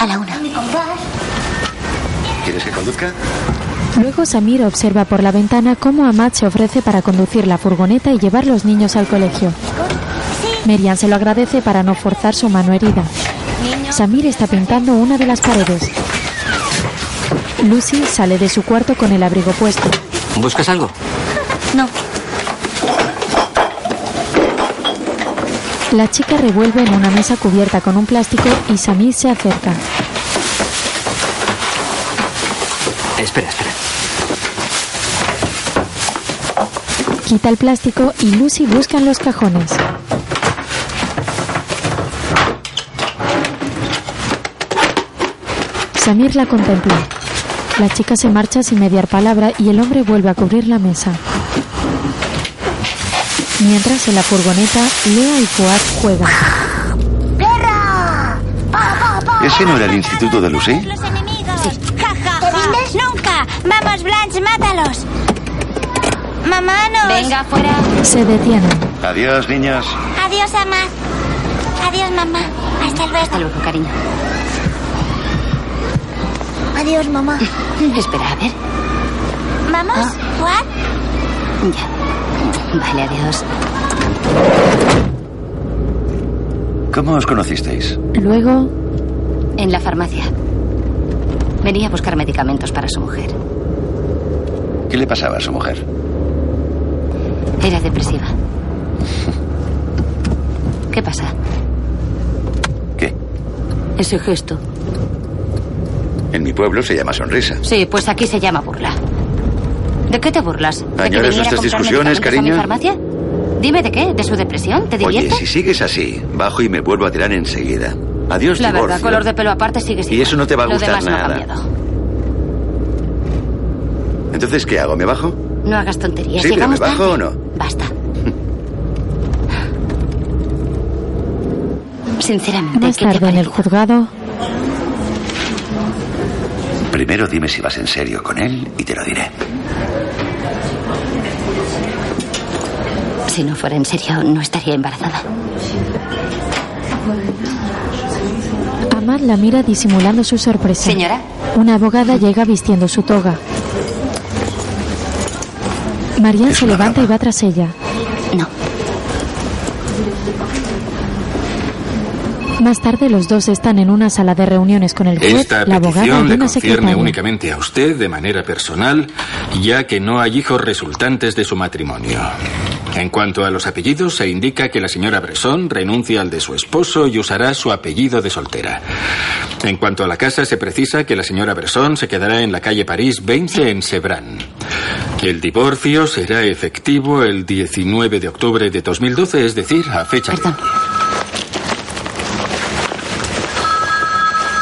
S2: A la una.
S5: Mi compás.
S3: ¿Quieres que conduzca?
S1: Luego Samir observa por la ventana cómo Amad se ofrece para conducir la furgoneta y llevar los niños al colegio. Merian se lo agradece para no forzar su mano herida. Samir está pintando una de las paredes. Lucy sale de su cuarto con el abrigo puesto.
S6: ¿Buscas algo?
S2: No,
S1: La chica revuelve en una mesa cubierta con un plástico y Samir se acerca.
S6: Espera, espera.
S1: Quita el plástico y Lucy busca en los cajones. Samir la contempla. La chica se marcha sin mediar palabra y el hombre vuelve a cubrir la mesa. Mientras en la furgoneta, Lea y Fuad juegan.
S5: ¡Guerra! Pa, pa, pa,
S3: ¿Ese
S5: pa,
S3: no era el
S5: pa,
S3: instituto de Lucy?
S5: Los enemigos. Ja, ja, ja. ¡Nunca! ¡Vamos, Blanche, mátalos! ¡Mamá, nos...
S2: venga, fuera.
S1: Se detienen.
S3: Adiós, niños.
S5: Adiós, mamá. Adiós, mamá. Hasta
S2: Hasta
S5: luego.
S2: luego, cariño.
S5: Adiós, mamá.
S2: Espera, a ver. Ah.
S5: ¿Vamos? ¿What?
S2: Ya. Vale, adiós.
S3: ¿Cómo os conocisteis?
S1: Luego,
S2: En la farmacia. Venía a buscar medicamentos para su mujer.
S3: ¿Qué le pasaba a su mujer?
S2: Era depresiva. ¿Qué pasa?
S3: ¿Qué?
S2: Ese gesto.
S3: En mi pueblo se llama sonrisa.
S2: Sí, pues aquí se llama burla. ¿De qué te burlas? ¿De que
S3: Añoras
S2: viniera a
S3: nuestras
S2: comprar
S3: discusiones,
S2: medicamentos a mi
S3: cariño?
S2: farmacia? Dime de qué, de su depresión, ¿te
S3: Oye,
S2: diviertes?
S3: si sigues así, bajo y me vuelvo a tirar enseguida. Adiós,
S2: La verdad,
S3: divorcio.
S2: color de pelo aparte sigue siendo.
S3: eso no te va a
S2: Lo
S3: gustar
S2: demás No,
S3: nada.
S2: ha cambiado.
S3: Entonces, ¿qué hago? ¿Me bajo?
S2: no hagas tonterías.
S3: Sí, pero
S2: Llegamos
S3: ¿me bajo
S2: tarde.
S3: o no?
S2: Basta. Sinceramente,
S1: Más
S2: ¿qué te
S1: tarde en el juzgado,
S3: Primero dime si vas en serio con él y te lo diré.
S2: pare- Si no fuera en serio, no estaría embarazada.
S1: Amad la mira disimulando su sorpresa.
S2: Señora.
S1: Una abogada llega vistiendo su toga. Marian
S3: Es
S1: se
S3: una
S1: levanta y
S3: dama.
S1: va tras ella.
S2: No.
S1: Más tarde los dos están en una sala de reuniones con el juez,
S8: Esta
S1: la abogada
S8: petición
S1: y
S8: le
S1: una
S8: concierne
S1: secretaria.
S8: únicamente a usted de manera personal, ya que no hay hijos resultantes de su matrimonio. En cuanto a los apellidos, se indica que la señora Bresson renuncia al de su esposo y usará su apellido de soltera. En cuanto a la casa, se precisa que la señora Bresson se quedará en la calle París 20 en Sebrán. El divorcio será efectivo el 19 de octubre de 2012, es decir, a fecha de-
S2: Perdón.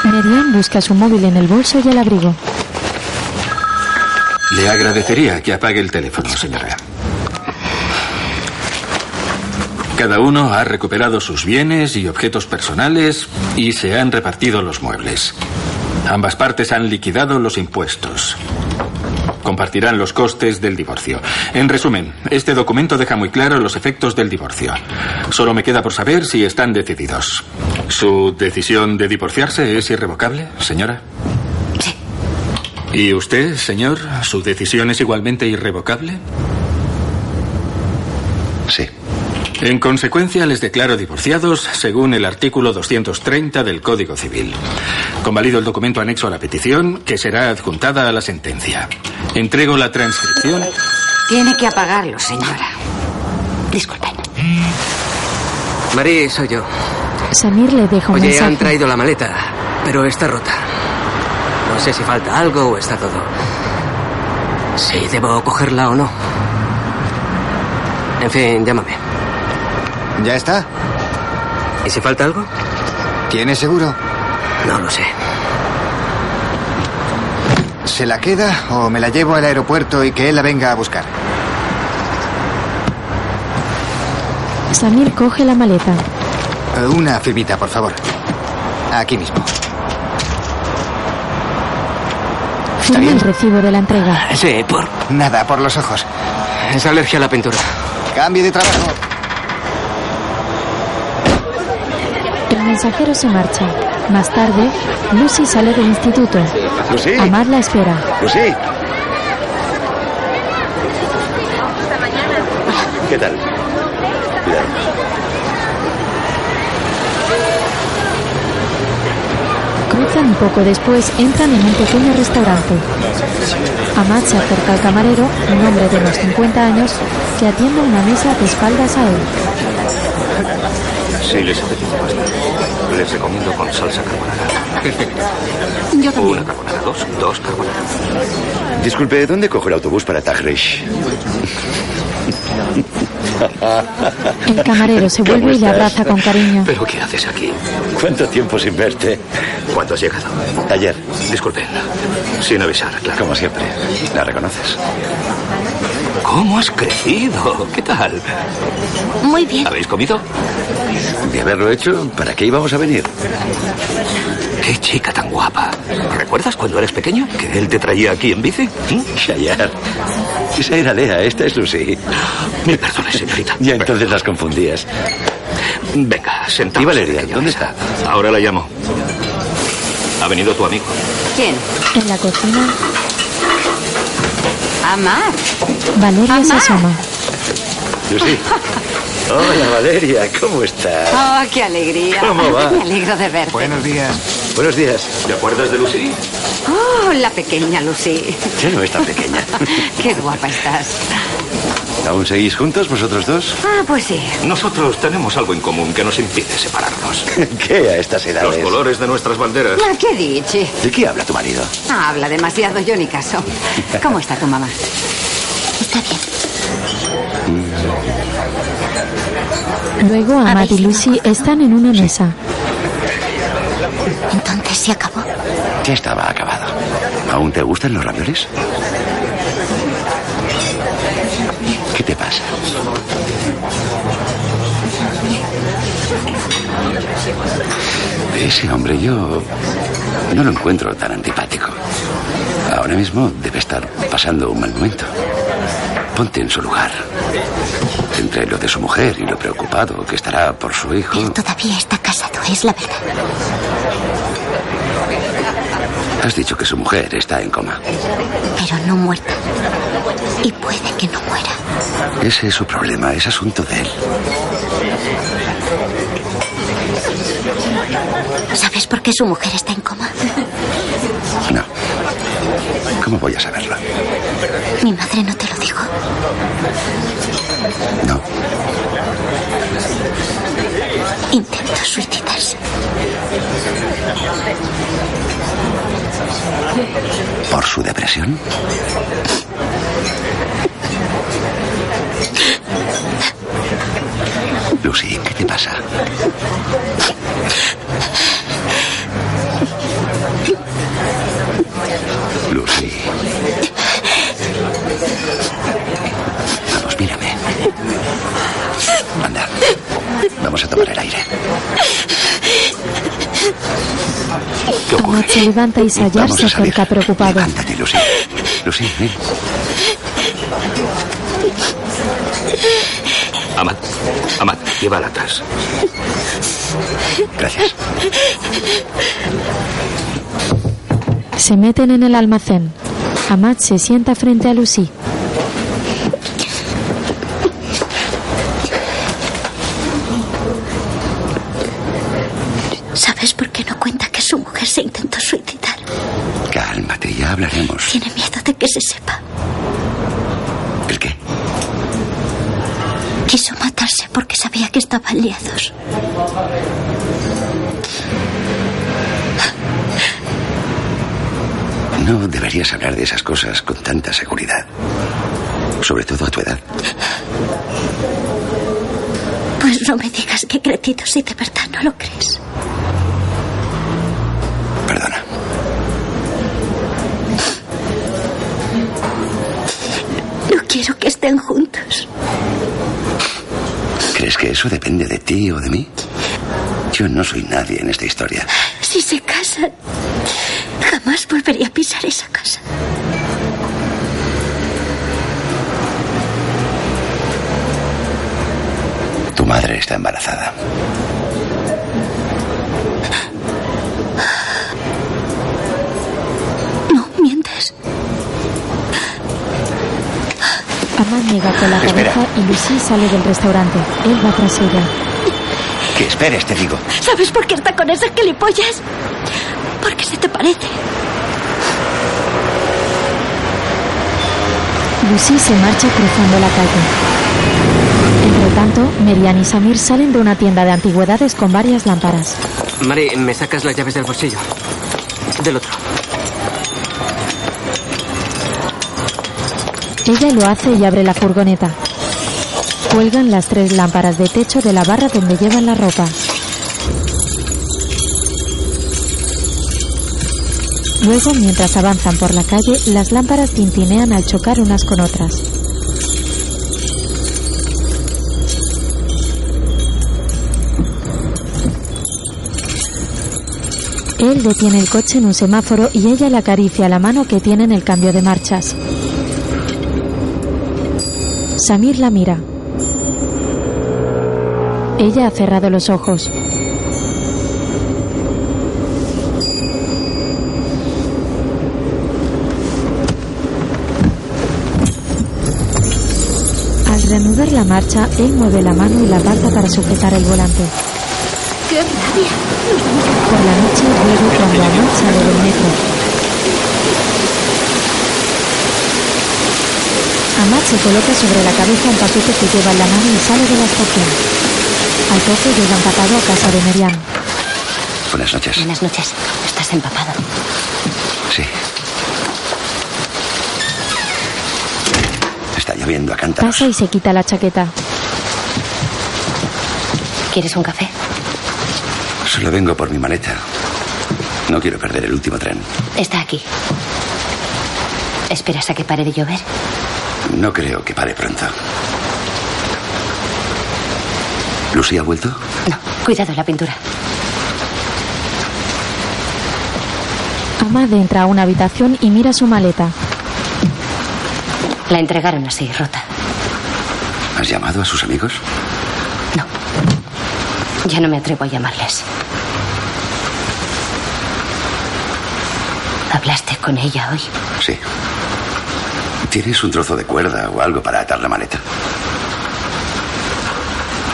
S1: Marian busca su móvil en el bolso y el abrigo.
S8: Le agradecería que apague el teléfono, señora. Cada uno ha recuperado sus bienes y objetos personales y se han repartido los muebles. Ambas partes han liquidado los impuestos. Compartirán los costes del divorcio. En resumen, este documento deja muy claro los efectos del divorcio. Solo me queda por saber si están decididos. ¿Su decisión de divorciarse es irrevocable, señora? ¿Y usted, señor? ¿Su decisión es igualmente irrevocable?
S3: Sí.
S8: En consecuencia, les declaro divorciados según el artículo 230 del Código Civil. Convalido el documento anexo a la petición, que será adjuntada a la sentencia. Entrego la transcripción.
S2: Tiene que apagarlo, señora. Disculpen.
S6: Marí, soy yo.
S1: Samir le deja un
S6: Oye,
S1: mensaje.
S6: han traído la maleta, pero está rota. No sé si falta algo o está todo. Si debo cogerla o no. En fin, llámame.
S9: ¿Ya está?
S6: ¿Y si falta algo?
S9: ¿Tiene seguro?
S6: No lo sé.
S9: ¿Se la queda o me la llevo al aeropuerto y que él la venga a buscar?
S1: Samir coge la maleta.
S9: Eh, Una firmita, por favor. Aquí mismo.
S1: Firma
S9: bien?
S1: el recibo de la entrega.
S6: Sí, por.
S9: Nada, por los ojos.
S6: Es alergia a la pintura.
S9: Cambie de trabajo.
S1: El mensajero se marcha. Más tarde, Lucy sale del instituto.
S3: Lucy.
S1: Amad la espera.
S3: Lucy. ¿Qué tal? Cuidado.
S1: Cruzan y poco después entran en un pequeño restaurante. Amad se acerca al camarero, un hombre de unos 50 años, que atiende una mesa de espaldas a él.
S3: Sí, les apetece pasta. Les recomiendo con salsa carbonara. Perfecto.
S2: Yo
S6: Una carbonara, dos, dos carbonadas.
S3: Disculpe, ¿dónde cojo el autobús para Tagrish?
S1: El camarero se
S3: ¿Cómo
S1: vuelve y le
S3: estás?
S1: abraza con cariño.
S6: ¿Pero qué haces aquí?
S3: ¿Cuánto tiempo sin verte?
S6: ¿Cuándo has llegado?
S3: Ayer.
S6: Disculpen. Sin avisar, claro.
S3: Como siempre. ¿La reconoces?
S6: ¿Cómo has crecido? ¿Qué tal?
S2: Muy bien.
S6: ¿Habéis comido?
S3: De haberlo hecho, ¿para qué íbamos a venir?
S6: Qué chica tan guapa. ¿Recuerdas cuando eras pequeño que él te traía aquí en bici? ¿Mm?
S3: Shayar. Esa era Lea, esta es Lucy.
S6: Me perdone, señorita.
S3: Ya entonces las confundías.
S6: Venga, sentamos.
S3: ¿Y Valeria? ¿Dónde
S6: está? Ahora la llamo. Ha venido tu amigo.
S2: ¿Quién?
S1: En la cocina,
S2: Amar.
S1: Valeria se
S2: Amad.
S1: asoma.
S3: Lucy. Hola, Valeria, ¿cómo estás?
S2: Oh, qué alegría.
S3: ¿Cómo va?
S2: Me alegro de verte.
S9: Buenos días.
S3: Buenos días.
S6: ¿Te acuerdas de Lucy?
S2: Oh, la pequeña Lucy.
S3: Ya no es tan pequeña.
S2: Qué guapa estás.
S3: ¿Aún seguís juntos vosotros dos?
S2: Ah, pues sí.
S8: Nosotros tenemos algo en común que nos impide separarnos.
S3: ¿Qué a estas edades?
S8: de nuestras banderas.
S2: No, Ah, ¿Qué dices?
S3: ¿De qué habla tu marido?
S2: Habla demasiado, yo ni caso. ¿Cómo está tu mamá?
S5: Está bien.
S1: Luego Amad y Lucy están en una mesa.
S5: Entonces se acabó.
S3: Ya estaba acabado. ¿Aún te gustan los ravioles? ¿Qué te pasa? Ese hombre yo no lo encuentro tan antipático. Ahora mismo debe estar pasando un mal momento. Ponte en su lugar. Entre lo de su mujer y lo preocupado que estará por su hijo,
S2: Él todavía está casado, es la verdad.
S3: has dicho que su mujer está en coma.
S2: Pero no muerta. Y puede que no muera.
S3: Ese es su problema, es asunto de él.
S2: ¿Sabes por qué su mujer está en coma?
S3: No. ¿Cómo voy a saberlo?
S2: Mi madre no te lo dijo.
S3: No.
S2: Intentó suicidarse.
S3: ¿Por su depresión? Lucy, ¿qué te pasa? Lucy. Vamos, mírame. Anda. Vamos a tomar el aire. ¿Qué ocurre?
S1: Todd se levanta y Sayar
S3: Vamos
S1: se
S3: a salir.
S1: acerca preocupado.
S3: Levántate, Lucy. Lucy, ven.
S10: Amad, Amad, lleva latas.
S3: Gracias.
S1: Se meten en el almacén. Amat se sienta frente a Lucy.
S2: ¿Sabes por qué no cuenta que su mujer se intentó suicidar?
S3: Cálmate, ya hablaremos.
S2: Tiene miedo de que se sepa.
S3: ¿El qué?
S2: Quiso matarse porque sabía que estaban liados.
S3: No deberías hablar de esas cosas con tanta seguridad. Sobre todo a tu edad.
S2: Pues no me digas que cretito si de verdad no lo crees.
S3: Perdona.
S2: No quiero que estén juntos.
S3: ¿Crees que eso depende de ti o de mí? Yo no soy nadie en esta historia.
S2: Si se casan, jamás volvería a pisar esa casa.
S3: Tu madre está embarazada.
S2: No, mientes.
S1: Amat niega con la
S3: Espera.
S1: cabeza y Lucy sale del restaurante. Él va tras ella.
S3: Que esperes, te digo.
S2: ¿Sabes por qué está con esas gilipollas? Porque se te parece.
S1: Lucy se marcha cruzando la calle. Entre tanto, Merian y Samir salen de una tienda de antigüedades con varias lámparas.
S6: Mari, me sacas las llaves del bolsillo. Del otro.
S1: Ella lo hace y abre la furgoneta. Cuelgan las tres lámparas de techo de la barra donde llevan la ropa. Luego, mientras avanzan por la calle, las lámparas tintinean al chocar unas con otras. Él detiene el coche en un semáforo y ella le acaricia la mano que tiene en el cambio de marchas. Samir la mira. Ella ha cerrado los ojos. Al reanudar la marcha, él mueve la mano y la aparta para sujetar el volante.
S2: ¡Qué rabia!
S1: Por la noche vuelve cuando Amat sale del metro. Amat se coloca sobre la cabeza un paquete que lleva en la mano y sale de la estación. Al poco llega empapado a casa de Merian.
S3: Buenas noches.
S2: Buenas noches. Estás empapado.
S3: Sí. Está lloviendo a
S1: Pasa
S3: cántaros.
S1: y se quita la chaqueta.
S2: ¿Quieres un café?
S3: Solo vengo por mi maleta. No quiero perder el último tren.
S2: Está aquí. ¿Esperas a que pare de llover?
S3: No creo que pare pronto. ¿Lucy ha vuelto?
S2: No, cuidado la pintura.
S1: Amad entra a una habitación y mira su maleta.
S2: La entregaron así, rota.
S3: ¿Has llamado a sus amigos?
S2: No. Ya no me atrevo a llamarles. ¿Hablaste con ella hoy?
S3: Sí. ¿Tienes un trozo de cuerda o algo para atar la maleta?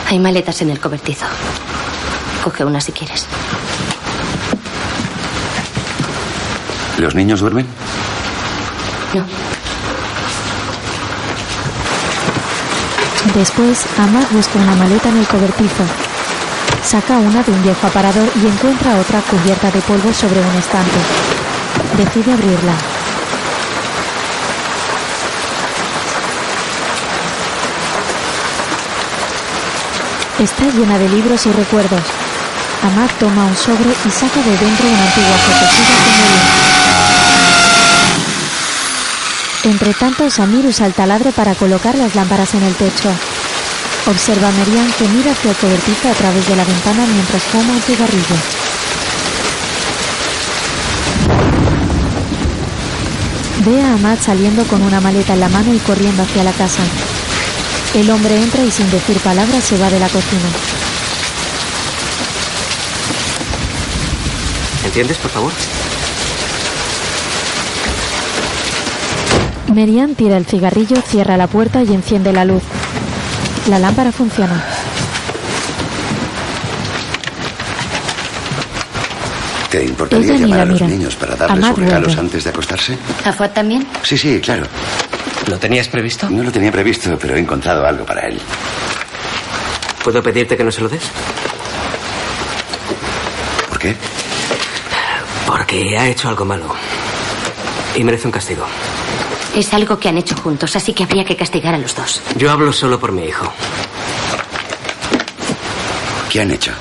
S2: Hay maletas en el cobertizo. Coge una si quieres.
S3: ¿Los niños duermen?
S2: No.
S1: Después, Amad busca una maleta en el cobertizo. Saca una de un viejo aparador y encuentra otra cubierta de polvo sobre un estante. Decide abrirla. Está llena de libros y recuerdos. Amad toma un sobre y saca de dentro una antigua fotocopia con el Entre tanto, Samir usa el taladro para colocar las lámparas en el techo. Observa a Merian que mira hacia el cobertizo a través de la ventana mientras fuma un cigarrillo. Ve a Amad saliendo con una maleta en la mano y corriendo hacia la casa. El hombre entra y sin decir palabras se va de la cocina.
S6: ¿Entiendes, por favor?
S1: Merian tira el cigarrillo, cierra la puerta y enciende la luz. La lámpara funciona.
S3: ¿Te importaría
S1: Ella ni
S3: llamar
S1: la
S3: a los
S1: mira.
S3: niños para darles
S1: Amad
S3: sus regalos
S1: vuelve.
S3: antes de acostarse?
S2: ¿A Fuad también?
S3: Sí, sí, claro.
S10: ¿Lo tenías previsto?
S3: No lo tenía previsto, pero he encontrado algo para él.
S6: ¿Puedo pedirte que no se lo des?
S3: ¿Por qué?
S6: Porque ha hecho algo malo. Y merece un castigo.
S2: Es algo que han hecho juntos, así que habría que castigar a los dos.
S6: Yo hablo solo por mi hijo.
S3: ¿Qué han hecho?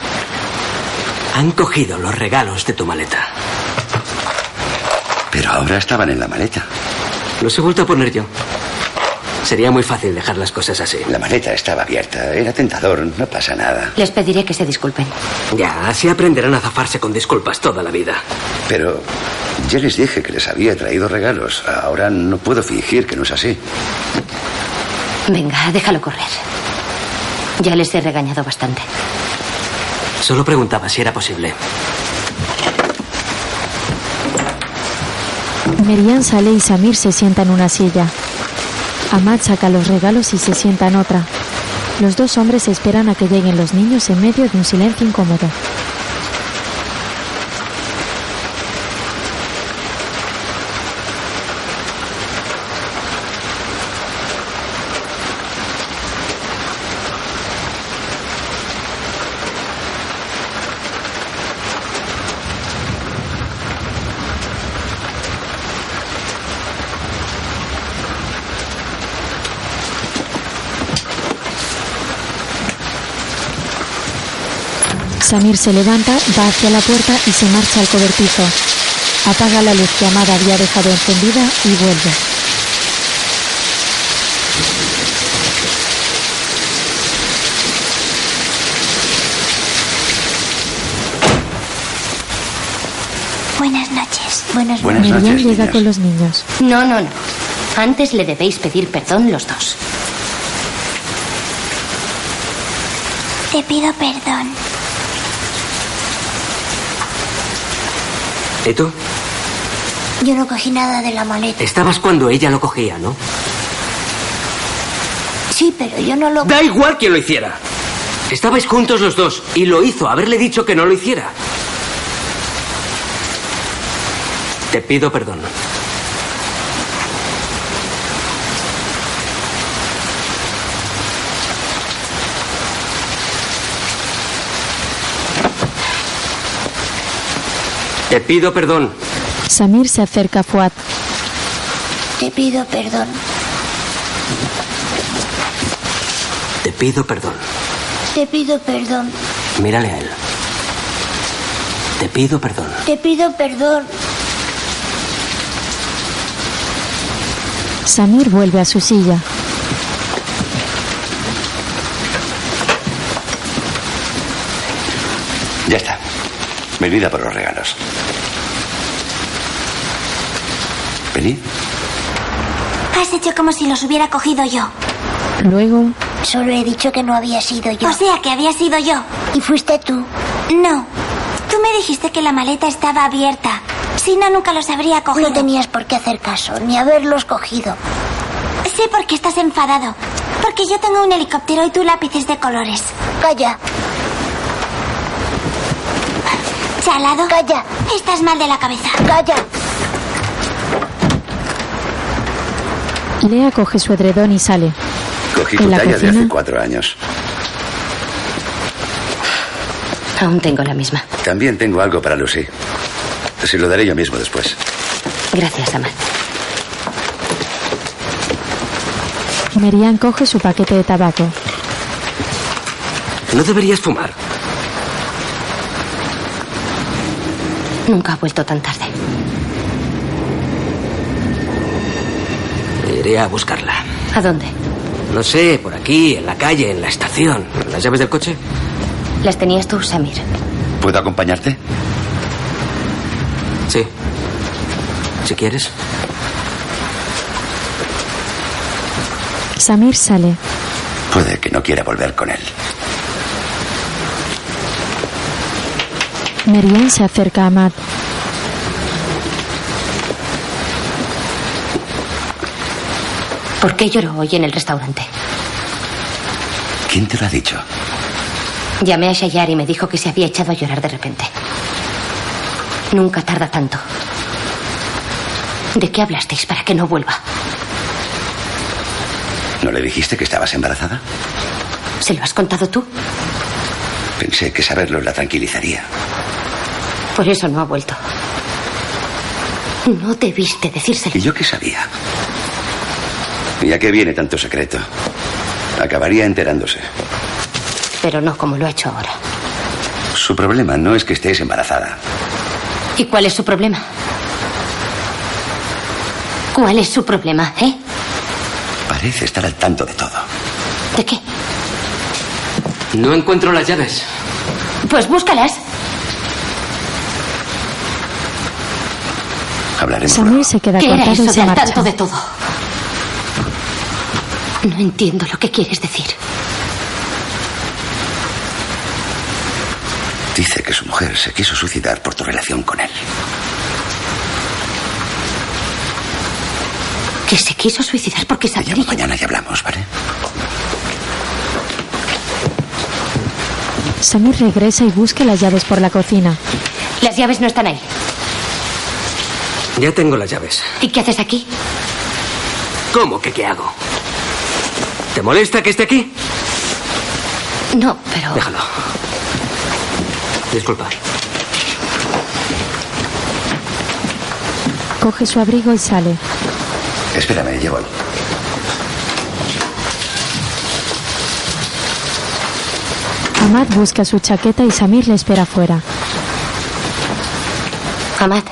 S6: Han cogido los regalos de tu maleta.
S3: Pero ahora estaban en la maleta.
S6: Los he vuelto a poner yo. Sería muy fácil dejar las cosas así.
S3: La maleta estaba abierta. Era tentador. No pasa nada.
S2: Les pediré que se disculpen.
S6: Ya, así aprenderán a zafarse con disculpas toda la vida.
S3: Pero ya les dije que les había traído regalos. Ahora no puedo fingir que no es así.
S2: Venga, déjalo correr. Ya les he regañado bastante.
S6: Solo preguntaba si era posible.
S1: Merian sale y Samir se sienta en una silla. Amad saca los regalos y se sienta en otra. Los dos hombres esperan a que lleguen los niños en medio de un silencio incómodo. Samir se levanta, va hacia la puerta y se marcha al cobertizo. Apaga la luz que Amad había dejado encendida y vuelve.
S5: Buenas noches. Buenas
S3: Buenas
S1: Merian
S3: noches,
S1: llega
S3: niñas.
S1: con los niños.
S2: No, no, no. Antes le debéis pedir perdón los dos.
S5: Te pido perdón.
S6: ¿Y tú?
S5: Yo no cogí nada de la maleta.
S6: Estabas cuando ella lo cogía, ¿no?
S5: Sí, pero yo no lo...
S6: Da igual quien lo hiciera. Estabais juntos los dos y lo hizo, haberle dicho que no lo hiciera. Te pido perdón. Te pido perdón.
S1: Samir se acerca a Fuad.
S5: Te pido perdón.
S6: Te pido perdón.
S5: Te pido perdón.
S6: Mírale a él. Te pido perdón.
S5: Te pido perdón.
S1: Samir vuelve a su silla.
S3: Ya está. Venid a por los regalos. Venid.
S5: Has hecho como si los hubiera cogido yo.
S1: Luego,
S11: Solo he dicho que no había sido yo.
S5: O sea que había sido yo.
S11: Y fuiste tú.
S5: No. Tú me dijiste que la maleta estaba abierta. Si no, nunca los habría cogido.
S11: No tenías por qué hacer caso, ni haberlos cogido.
S5: Sé por qué estás enfadado. Porque yo tengo un helicóptero y tú lápices de colores.
S11: Calla,
S5: ¿Chalado?
S11: Calla.
S5: Estás mal de la cabeza.
S11: calla.
S1: Lea coge su edredón y sale.
S3: Cogí tu
S1: ¿En la
S3: talla de hace
S1: cocina?
S3: cuatro años.
S2: Aún tengo la misma.
S3: También tengo algo para Lucy. Se lo daré yo mismo después.
S2: Gracias, Ama.
S1: Merian coge su paquete de tabaco.
S10: No deberías fumar.
S2: Nunca ha vuelto tan tarde.
S6: Iré a buscarla.
S2: ¿A dónde?
S6: No sé, por aquí, en la calle, en la estación. ¿Las llaves del coche?
S2: Las tenías tú, Samir.
S3: ¿Puedo acompañarte?
S6: Sí. Si quieres.
S1: Samir sale.
S3: Puede que no quiera volver con él.
S1: Merian se acerca a Matt.
S2: ¿Por qué lloró hoy en el restaurante?
S3: ¿Quién te lo ha dicho?
S2: Llamé a Shayar y me dijo que se había echado a llorar de repente. Nunca tarda tanto. ¿De qué hablasteis para que no vuelva?
S3: ¿No le dijiste que estabas embarazada?
S2: ¿Se lo has contado tú?
S3: Pensé que saberlo la tranquilizaría.
S2: Por eso no ha vuelto. No debiste
S3: ¿Y
S2: decírselo.
S3: yo qué sabía? ¿Y a qué viene tanto secreto? Acabaría enterándose.
S2: Pero no como lo ha hecho ahora.
S3: Su problema no es que estés embarazada.
S2: ¿Y cuál es su problema? ¿Cuál es su problema, eh?
S3: Parece estar al tanto de todo.
S2: ¿De qué?
S10: No encuentro las llaves.
S2: Pues búscalas.
S3: Hablaremos.
S1: Samir se queda
S2: ¿Qué era
S1: cortado y
S2: eso de
S1: se
S2: al
S1: marcha.
S2: tanto de todo? No entiendo lo que quieres decir.
S3: Dice que su mujer se quiso suicidar por tu relación con él.
S2: Que se quiso suicidar porque
S3: Te
S2: sabía.
S3: llamo mañana y hablamos, ¿vale?
S1: Samir regresa y busca las llaves por la cocina.
S2: Las llaves no están ahí.
S6: Ya tengo las llaves.
S2: ¿Y qué haces aquí?
S6: ¿Cómo que qué hago? ¿Te molesta que esté aquí?
S2: No, pero.
S6: Déjalo. Disculpa.
S1: Coge su abrigo y sale.
S3: Espérame, ya voy.
S1: Amad busca su chaqueta y Samir le espera fuera.
S2: Hamad,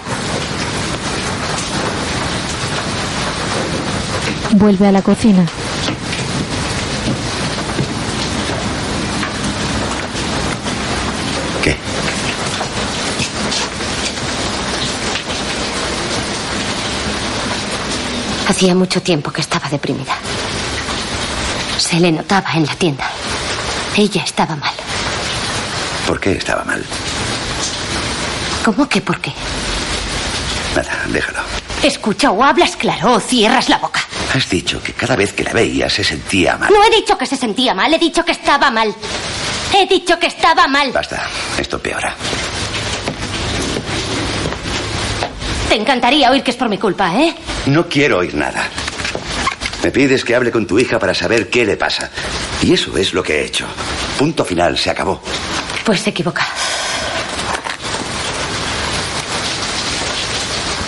S1: Vuelve a la cocina.
S3: ¿Qué?
S2: hacía mucho tiempo que estaba deprimida. Se le notaba en la tienda. Ella estaba mal.
S3: ¿Por qué estaba mal?
S2: ¿Cómo que por qué?
S3: Nada, déjalo.
S2: Escucha, o hablas claro o cierras la boca.
S3: Has dicho que cada vez que la veía se sentía mal.
S2: No he dicho que se sentía mal, he dicho que estaba mal. He dicho que estaba mal.
S3: Basta, esto peora.
S2: Te encantaría oír que es por mi culpa, ¿eh?
S3: No quiero oír nada. Me pides que hable con tu hija para saber qué le pasa. Y eso es lo que he hecho. Punto final, se acabó.
S2: Pues se equivoca.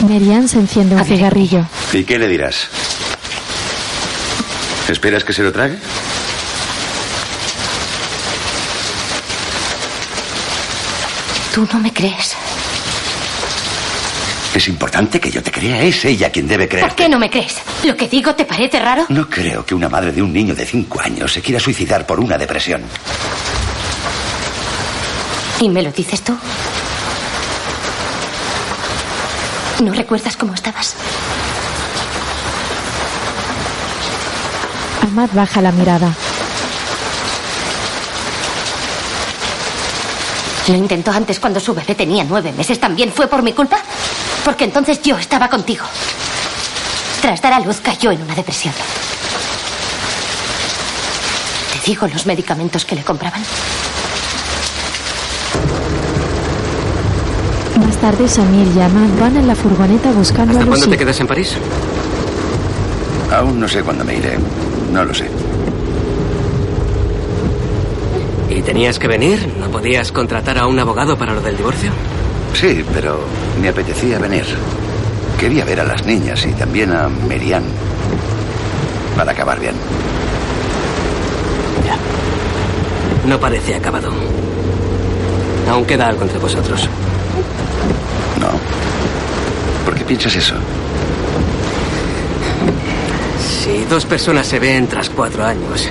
S1: Merian se enciende un
S2: A ver.
S1: cigarrillo.
S3: ¿Y qué le dirás? ¿Esperas que se lo trague?
S2: Tú no me crees.
S3: Es importante que yo te crea. Es ella quien debe creer.
S2: ¿Por qué no me crees? ¿Lo que digo te parece raro?
S3: No creo que una madre de un niño de cinco años se quiera suicidar por una depresión.
S2: ¿Y me lo dices tú? ¿No recuerdas cómo estabas?
S1: Ahmad baja la mirada.
S2: Lo intentó antes cuando su bebé tenía nueve meses. ¿También fue por mi culpa? Porque entonces yo estaba contigo. Tras dar a luz cayó en una depresión. ¿Te digo los medicamentos que le compraban?
S1: Más tarde, Samir y Ahmad van en la furgoneta buscando a
S6: ¿Hasta cuándo
S1: Lucy.
S6: te quedas en París?
S3: Aún no sé cuándo me iré. No lo sé.
S6: ¿Y tenías que venir? ¿No podías contratar a un abogado para lo del divorcio?
S3: Sí, pero me apetecía venir. Quería ver a las niñas y también a Merian. Para acabar bien.
S6: No parece acabado. Aún queda algo entre vosotros.
S3: No. ¿Por qué piensas eso?
S6: Si dos personas se ven tras cuatro años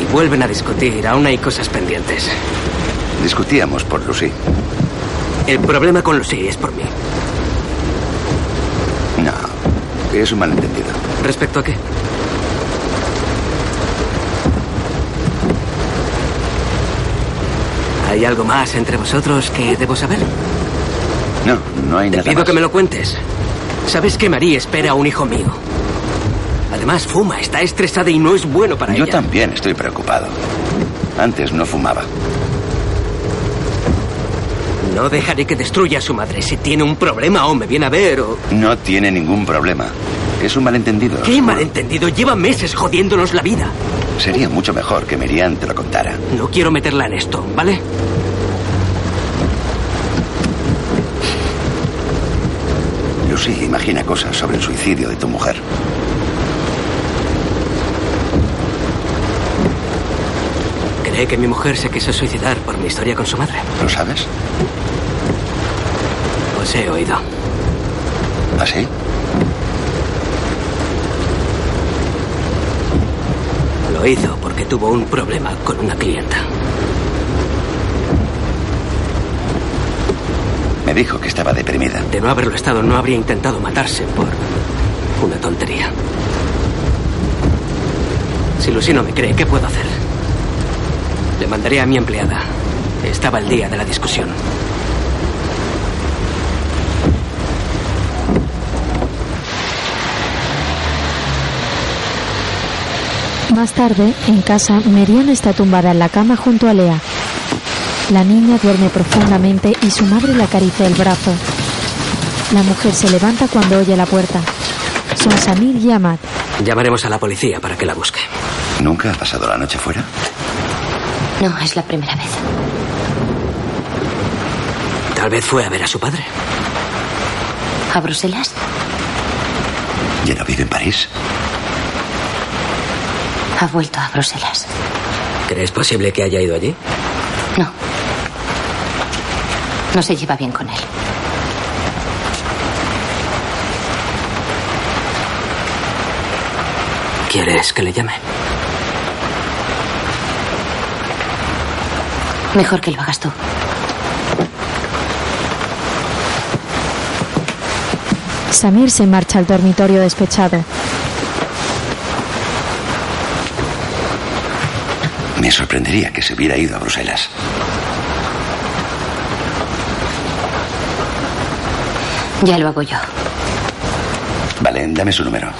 S6: y vuelven a discutir, aún hay cosas pendientes.
S3: Discutíamos por Lucy.
S6: El problema con Lucy es por mí.
S3: No. Es un malentendido.
S6: ¿Respecto a qué? ¿Hay algo más entre vosotros que debo saber?
S3: No, no hay
S6: Te
S3: nada.
S6: pido
S3: más.
S6: que me lo cuentes. Sabes que María espera a un hijo mío. Además, fuma, está estresada y no es bueno para
S3: Yo
S6: ella.
S3: también estoy preocupado. Ah, Antes no fumaba.
S6: No dejaré que destruya a su madre. Si tiene un problema o me viene a ver o...
S3: No tiene ningún problema. Es un malentendido.
S6: ¡Qué malentendido! Lleva meses jodiéndonos la vida.
S3: Sería mucho mejor que Merian te lo contara.
S6: No quiero meterla en esto, ¿vale?
S3: Lucy imagina cosas sobre el suicidio de tu mujer.
S6: Cree que mi mujer se quiso suicidar por mi historia con su madre.
S3: ¿Lo sabes?
S6: Os Pues he oído.
S3: ¿Así?
S6: Lo hizo porque tuvo un problema con una clienta.
S3: Me dijo que estaba deprimida.
S6: De no haberlo estado, no habría intentado matarse por una tontería. Si Lucy no me cree, ¿qué puedo hacer? Le mandaré a mi empleada. Estaba el día de la discusión.
S1: Más tarde, en casa, Merian está tumbada en la cama junto a Lea. La niña duerme profundamente y su madre le acaricia el brazo. La mujer se levanta cuando oye la puerta. Son Samir y Ahmad.
S6: Llamaremos a la policía para que la busque.
S3: ¿Nunca ha pasado la noche fuera?
S2: No, es la primera vez.
S6: Tal vez fue a ver a su padre.
S2: ¿A Bruselas?
S3: ¿Ya no vive en París?
S2: Ha vuelto a Bruselas.
S6: ¿Crees posible que haya ido allí?
S2: No. No se lleva bien con él.
S6: ¿Quieres que le llame?
S2: Mejor que lo hagas tú.
S1: Samir se marcha al dormitorio despechado.
S3: Me sorprendería que se hubiera ido a Bruselas.
S2: Ya lo hago yo.
S3: Vale, dame su número.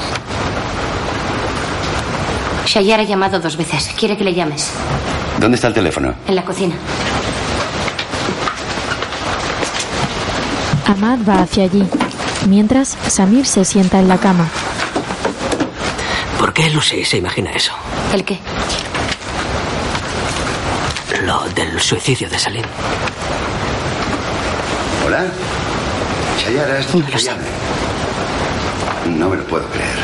S2: Shayar ha llamado dos veces. Quiere que le llames.
S3: ¿Dónde está el teléfono?
S2: En la cocina.
S1: Ahmad va hacia allí. Mientras, Samir se sienta en la cama.
S6: ¿Por qué Lucy se imagina eso?
S2: ¿El qué?
S6: Lo del suicidio de Salim.
S3: ¿Hola? Shayara, es-
S2: No lo sé.
S3: No me lo puedo creer.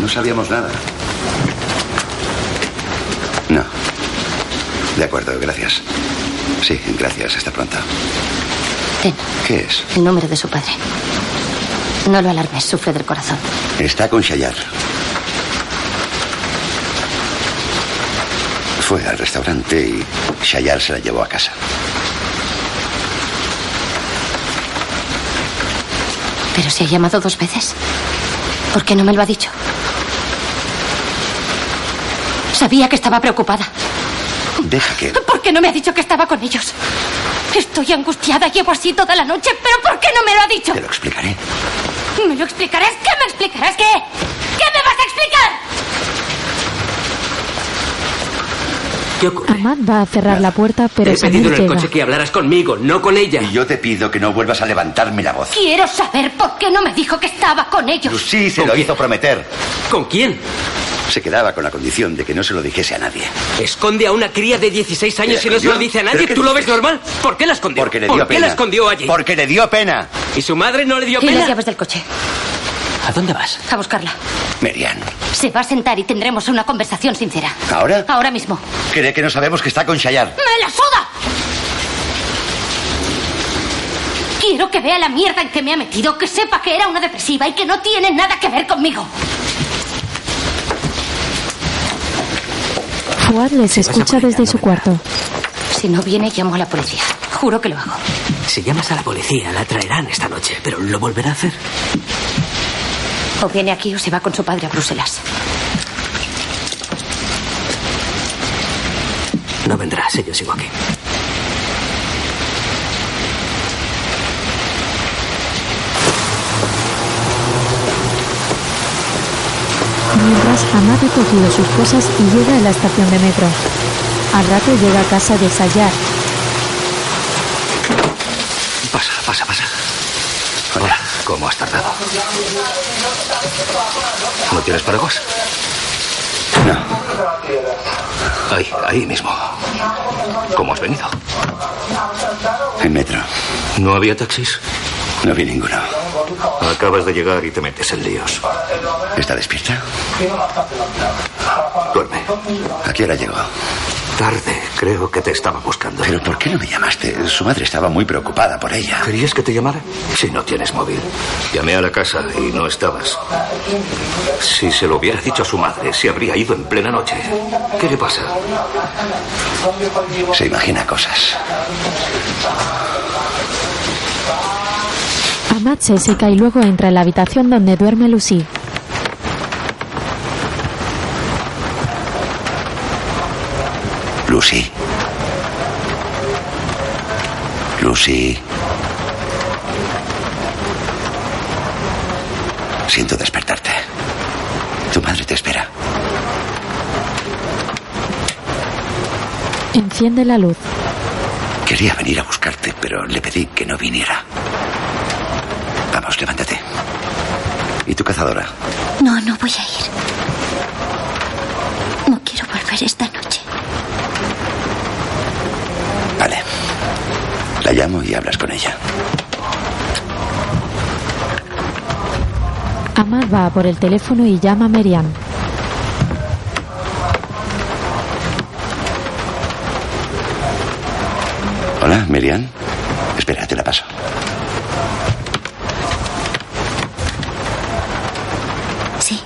S3: No sabíamos nada. No. De acuerdo, gracias. Sí, gracias. Hasta pronto.
S2: Ten,
S3: ¿Qué es?
S2: el número de su padre. No lo alarmes, sufre del corazón.
S3: Está con Shayar. Fue al restaurante y Shayar se la llevó a casa.
S2: Pero se ha llamado dos veces. ¿Por qué no me lo ha dicho? Sabía que estaba preocupada.
S3: Deja que...
S2: ¿Por qué no me ha dicho que estaba con ellos? Estoy angustiada, llevo así toda la noche, pero ¿por qué no me lo ha dicho?
S3: Te lo explicaré.
S2: ¿Me lo explicarás? ¿Qué me explicarás? ¿Qué? ¿Qué me vas a explicar?
S1: Ahmad va a cerrar la puerta, pero
S10: Te he
S1: Samir
S10: pedido en el
S1: llega.
S10: coche que hablaras conmigo, no con ella. Y
S3: yo te pido que no vuelvas a levantarme la voz.
S2: Quiero saber por qué no me dijo que estaba con ellos.
S3: Sí, se lo hizo prometer.
S10: ¿Con quién?
S3: Se quedaba con la condición de que no se lo dijese a nadie.
S10: Esconde a una cría de 16 años y no se lo dice a nadie. ¿Tú lo ves normal? ¿Por qué la escondió?
S3: Porque le dio
S10: ¿Por qué
S3: pena.
S10: la escondió allí?
S3: Porque le dio pena.
S10: ¿Y su madre no le dio
S2: y
S10: pena?
S2: las llaves del coche.
S10: ¿A dónde vas?
S2: A buscarla.
S3: Merian,
S2: Se va a sentar y tendremos una conversación sincera.
S3: ¿ahora?
S2: Ahora mismo.
S3: Cree que no sabemos que está con Shayar.
S2: ¡Me la suda! Quiero que vea la mierda en que me ha metido, que sepa que era una depresiva y que no tiene nada que ver conmigo.
S1: Fuad les escucha desde su cuarto.
S2: Si no viene, llamo a la policía. Juro que lo hago.
S10: Si llamas a la policía, la traerán esta noche, pero lo volverá a hacer.
S2: O viene aquí o se va con su padre a Bruselas.
S10: No vendrá
S6: eh,
S10: si yo sigo aquí.
S1: Mientras Hamad ha cogido sus cosas y llega a la estación de metro. Al rato llega a casa de Sayar.
S3: Pasa, pasa, pasa. Hola, ¿cómo has tardado?
S12: ¿No tienes paraguas? No. Ahí, ahí mismo. ¿Cómo has venido?
S3: En metro.
S12: ¿No había taxis?
S3: No vi ninguno.
S12: Acabas de llegar y te metes en líos.
S3: ¿Está despierta?
S12: Duerme.
S3: ¿A qué hora llegó?
S12: Tarde, creo que te estaba buscando.
S3: ¿Pero por qué no me llamaste? Su madre estaba muy preocupada por ella.
S12: ¿Querías que te llamara? Si no tienes móvil. Llamé a la casa y no estabas. Si se lo hubiera dicho a su madre, se habría ido en plena noche. ¿Qué le pasa?
S3: Se imagina cosas.
S1: Hamad se seca y luego entra en la habitación donde duerme Lucy.
S3: Lucy. Lucy. Siento despertarte. Tu madre te espera.
S1: Enciende la luz.
S3: Quería venir a buscarte, pero le pedí que no viniera. Vamos, levántate. ¿Y tu cazadora?
S11: No, no voy a ir. No quiero volver esta noche.
S3: Vale. La llamo y hablas con ella.
S1: Hamad va a por el teléfono y llama a Meriam.
S3: Hola, Miriam. Espera, te la paso.
S11: Sí.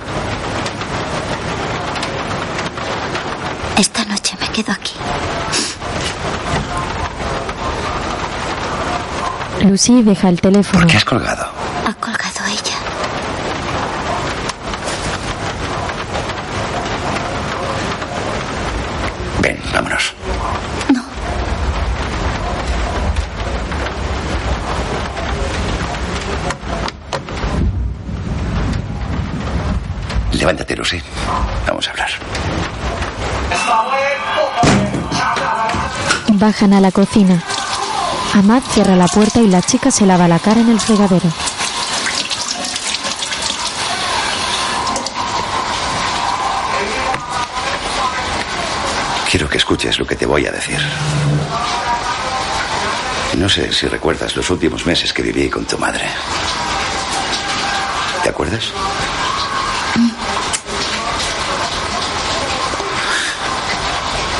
S11: Esta noche me quedo aquí.
S1: Lucy deja el teléfono.
S3: ¿Qué has colgado?
S11: Ha colgado ella.
S3: Ven, vámonos. No. Levántate, Lucy. Vamos a hablar.
S1: Bajan a la cocina. Hamad cierra la puerta y la chica se lava la cara en el fregadero.
S3: Quiero que escuches lo que te voy a decir. No sé si recuerdas los últimos meses que viví con tu madre. ¿Te acuerdas?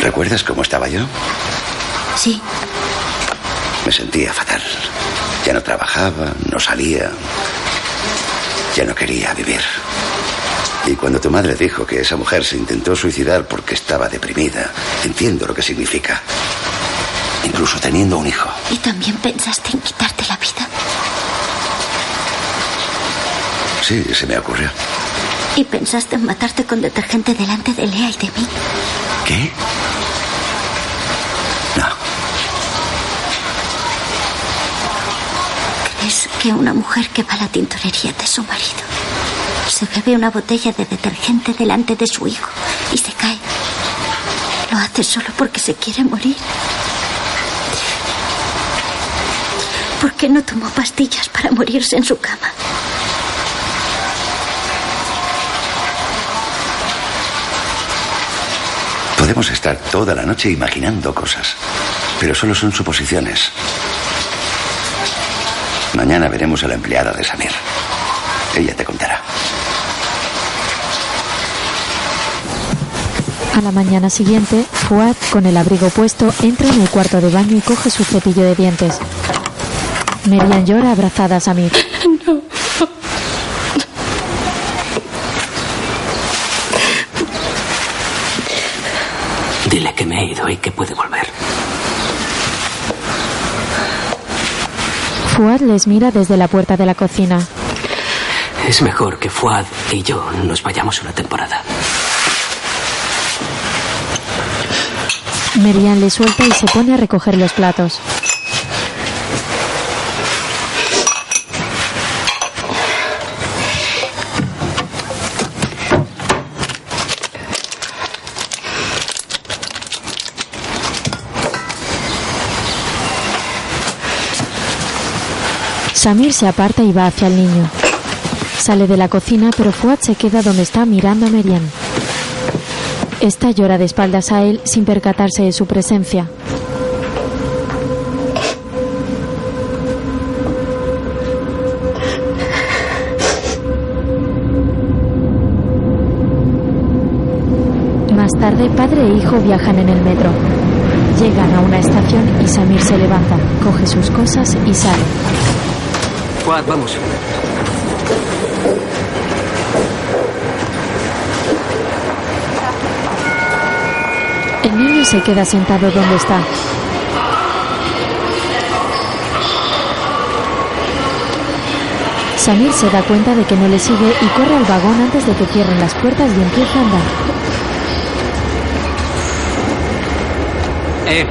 S3: ¿Recuerdas cómo estaba yo?
S11: Sí.
S3: Me sentía fatal. Ya no trabajaba, no salía. Ya no quería vivir. Y cuando tu madre dijo que esa mujer se intentó suicidar porque estaba deprimida, entiendo lo que significa. Incluso teniendo un hijo.
S11: ¿Y también pensaste en quitarte la vida?
S3: Sí, se me ocurrió.
S11: ¿Y pensaste en matarte con detergente delante de Lea y de mí?
S3: ¿Qué?
S11: ¿Crees que una mujer que va a la tintorería de su marido se bebe una botella de detergente delante de su hijo y se cae? Lo hace solo porque se quiere morir. ¿Por qué no tomó pastillas para morirse en su cama?
S3: Podemos estar toda la noche imaginando cosas, pero solo son suposiciones. Mañana veremos a la empleada de Samir. Ella te contará.
S1: A la mañana siguiente, Fuad, con el abrigo puesto, entra en el cuarto de baño y coge su cepillo de dientes. Merian llora abrazada a Samir.
S13: No.
S6: Dile que me he ido y que puede volver.
S1: Fuad les mira desde la puerta de la cocina.
S6: Es mejor que Fuad y yo nos vayamos una temporada.
S1: Merian le suelta y se pone a recoger los platos. Samir se aparta y va hacia el niño. Sale de la cocina, pero Fuad se queda donde está mirando a Merian. Esta llora de espaldas a él sin percatarse de su presencia. Más tarde, padre e hijo viajan en el metro. Llegan a una estación y Samir se levanta, coge sus cosas y sale.
S6: Fuad, vamos.
S1: El niño se queda sentado donde está. Samir se da cuenta de que no le sigue y corre al vagón antes de que cierren las puertas y empieza a andar.
S6: Eh.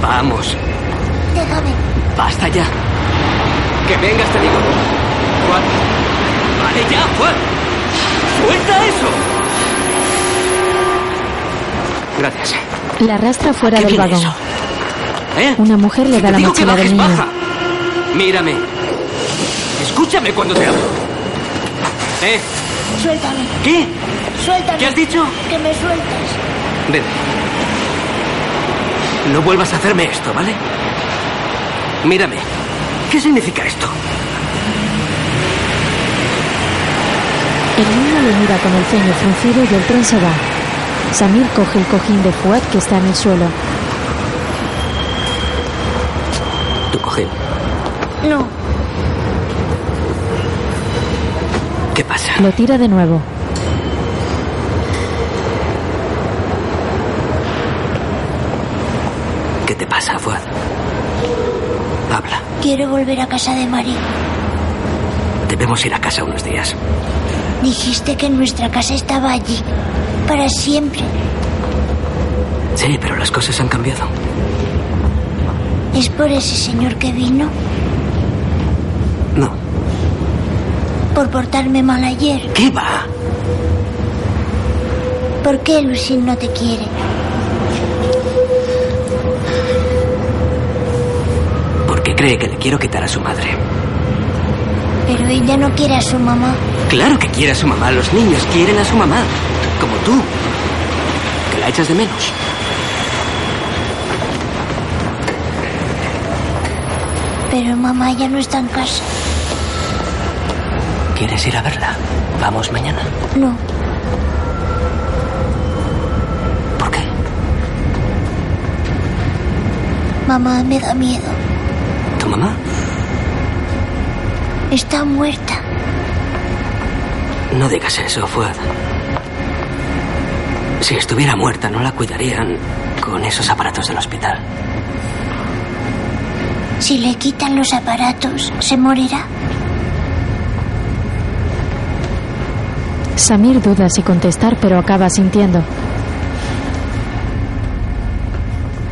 S6: Vamos.
S5: Déjame.
S6: Basta ya. Que vengas, te digo. Fuad. Vale, ya, Fuad. Suelta eso. Gracias.
S1: La arrastra fuera
S6: ¿Qué
S1: del
S6: viene
S1: vagón.
S6: eso? ¿Eh?
S1: Una mujer le da
S6: Te
S1: la
S6: digo que
S1: mochila del
S6: bajes,
S1: niño.
S6: baja. Mírame. Escúchame cuando te hablo. Eh,
S5: Suéltame.
S6: ¿Qué?
S5: Suéltame.
S6: ¿Qué has dicho?
S5: Que me sueltes.
S6: Ven. No vuelvas a hacerme esto, ¿vale? Mírame. ¿Qué significa esto?
S1: El niño le mira con el ceño fruncido y el tren se va. Samir coge el cojín de Fuad que está en el suelo.
S6: Tu cojín.
S5: No.
S6: ¿Qué pasa?
S1: Lo tira de nuevo.
S6: ¿Qué te pasa, Fuad? Habla.
S5: Quiero volver a casa de Mari.
S6: Debemos ir a casa unos días.
S5: Dijiste que nuestra casa estaba allí. Para siempre.
S6: Sí, pero las cosas han cambiado.
S5: ¿Es por ese señor que vino?
S6: No.
S5: ¿Por portarme mal ayer?
S6: ¿Qué va?
S5: ¿Por qué Lucille no te quiere?
S6: Porque cree que le quiero quitar a su madre.
S5: Pero ella no quiere a su mamá.
S6: Claro que quiere a su mamá. Los niños quieren a su mamá. Como tú. Que la echas de menos.
S5: Pero mamá ya no está en casa.
S6: ¿Quieres ir a verla? Vamos mañana.
S5: No.
S6: ¿Por qué?
S5: Mamá me da miedo.
S6: ¿Tu mamá?
S5: Está muerta.
S6: No digas eso, fue... Si estuviera muerta, no la cuidarían con esos aparatos del hospital.
S5: Si le quitan los aparatos, ¿se morirá?
S1: Samir duda si contestar, pero acaba sintiendo.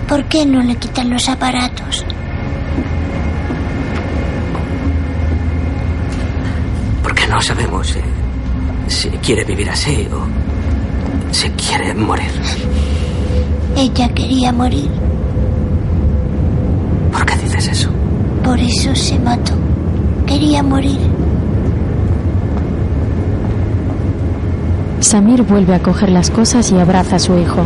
S5: ¿Por qué no le quitan los aparatos?
S6: Porque no sabemos eh, si quiere vivir así o si quiere morir.
S5: Ella quería morir,
S6: ¿Por qué dices eso?
S5: por eso se mató. Quería morir.
S1: Samir vuelve a coger las cosas y abraza a su hijo.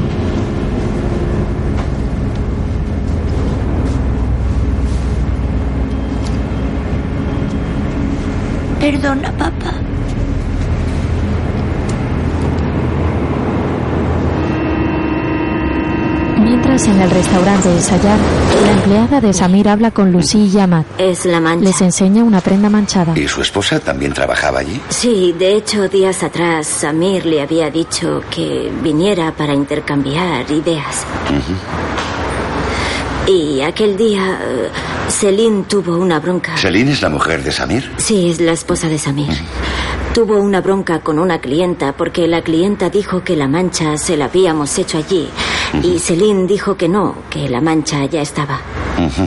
S5: Perdona, papá.
S1: Mientras en el restaurante Sayar, la empleada de Samir habla con Lucy y Yamat.
S14: Es la mancha.
S1: Les enseña una prenda manchada.
S3: ¿Y su esposa también trabajaba allí?
S14: Sí, de hecho, días atrás Samir le había dicho que viniera para intercambiar ideas. Y aquel día, eh, Celine tuvo una bronca.
S3: ¿Celine es la mujer de Samir?
S14: Sí, es la esposa de Samir. Tuvo una bronca con una clienta porque la clienta dijo que la mancha se la habíamos hecho allí. Y Celine dijo que no, que la mancha ya estaba.
S3: Ujú.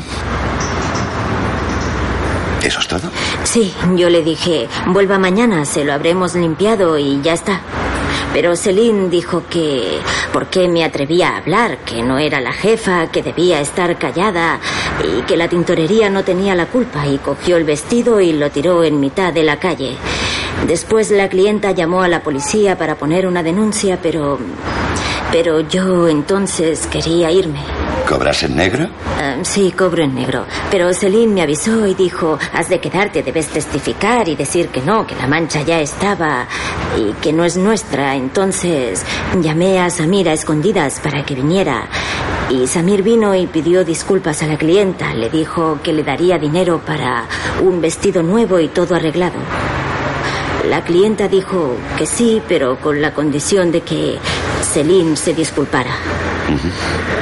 S3: ¿Eso es todo?
S14: Sí, yo le dije, vuelva mañana, se lo habremos limpiado y ya está. Pero Celine dijo que por qué me atrevía a hablar, que no era la jefa, que debía estar callada y que la tintorería no tenía la culpa y cogió el vestido y lo tiró en mitad de la calle. Después la clienta llamó a la policía para poner una denuncia, pero pero yo entonces quería irme.
S3: ¿Cobras en negro?
S14: Eh, sí, cobro en negro. Pero Celine me avisó y dijo, has de quedarte, debes testificar y decir que no, que la mancha ya estaba y que no es nuestra. Entonces llamé a Samir a escondidas para que viniera. Y Samir vino y pidió disculpas a la clienta. Le dijo que le daría dinero para un vestido nuevo y todo arreglado. La clienta dijo que sí, pero con la condición de que Celine se disculpara.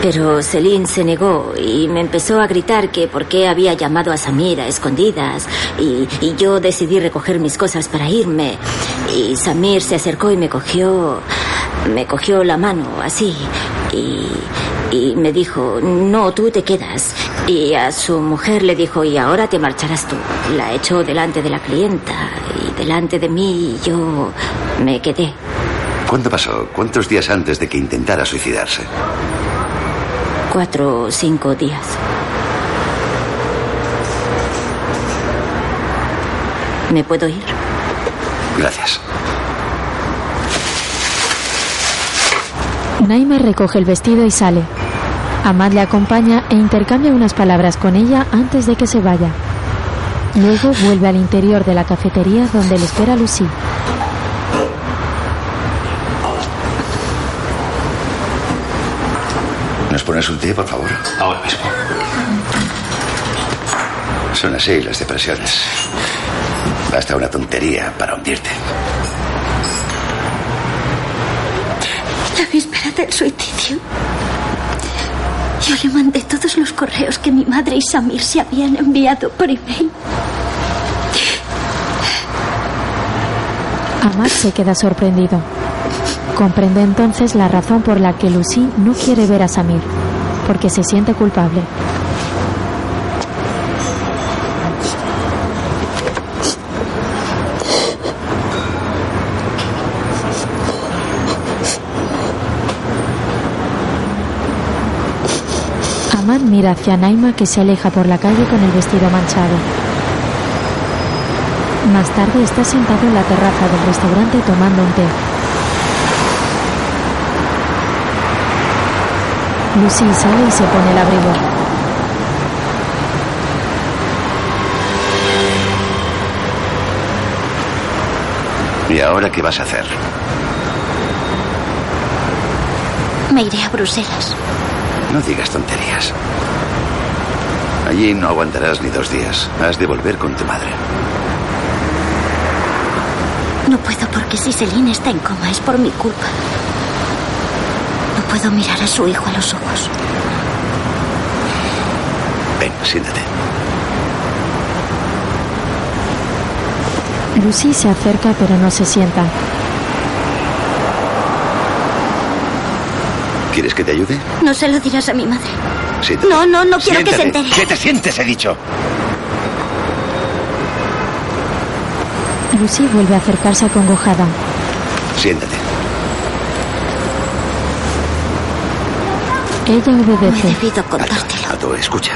S14: Pero Celine se negó y me empezó a gritar que por qué había llamado a Samir a escondidas y, y yo decidí recoger mis cosas para irme. Y Samir se acercó y me cogió, me cogió la mano así y, y me dijo, no, tú te quedas. Y a su mujer le dijo, y ahora te marcharás tú. La echó delante de la clienta y delante de mí y yo me quedé.
S3: ¿Cuándo pasó? ¿Cuántos días antes de que intentara suicidarse?
S14: Cuatro o cinco días. ¿Me puedo ir?
S3: Gracias.
S1: Naime recoge el vestido y sale. Ahmad le acompaña e intercambia unas palabras con ella antes de que se vaya. Luego vuelve al interior de la cafetería donde le espera Lucy.
S3: ¿Nos pones un té, por favor? Ahora mismo. Son así las depresiones. Basta una tontería para hundirte.
S11: La víspera del suicidio. Yo le mandé todos los correos que mi madre y Samir se habían enviado por email.
S1: Ahmad se queda sorprendido. Comprende entonces la razón por la que Lucy no quiere ver a Samir, porque se siente culpable. Ahmad mira hacia Naima que se aleja por la calle con el vestido manchado. Más tarde está sentado en la terraza del restaurante tomando un té. Lucy sale y se pone el abrigo.
S3: ¿Y ahora qué vas a hacer?
S11: Me iré a Bruselas.
S3: No digas tonterías. Allí no aguantarás ni dos días. Has de volver con tu madre.
S11: No puedo porque si Celine está en coma es por mi culpa. No puedo mirar a su hijo a los ojos.
S3: Ven, siéntate.
S1: Lucy se acerca pero no se sienta.
S3: ¿Quieres que te ayude?
S11: No se lo dirás a mi madre.
S3: Siéntate.
S11: No, no, no quiero que se
S3: Siéntate.
S11: entere.
S3: ¿Qué te sientes? He dicho.
S1: Lucy vuelve a acercarse acongojada.
S3: Siéntate.
S1: Ella obedece.
S3: Tato, escucha.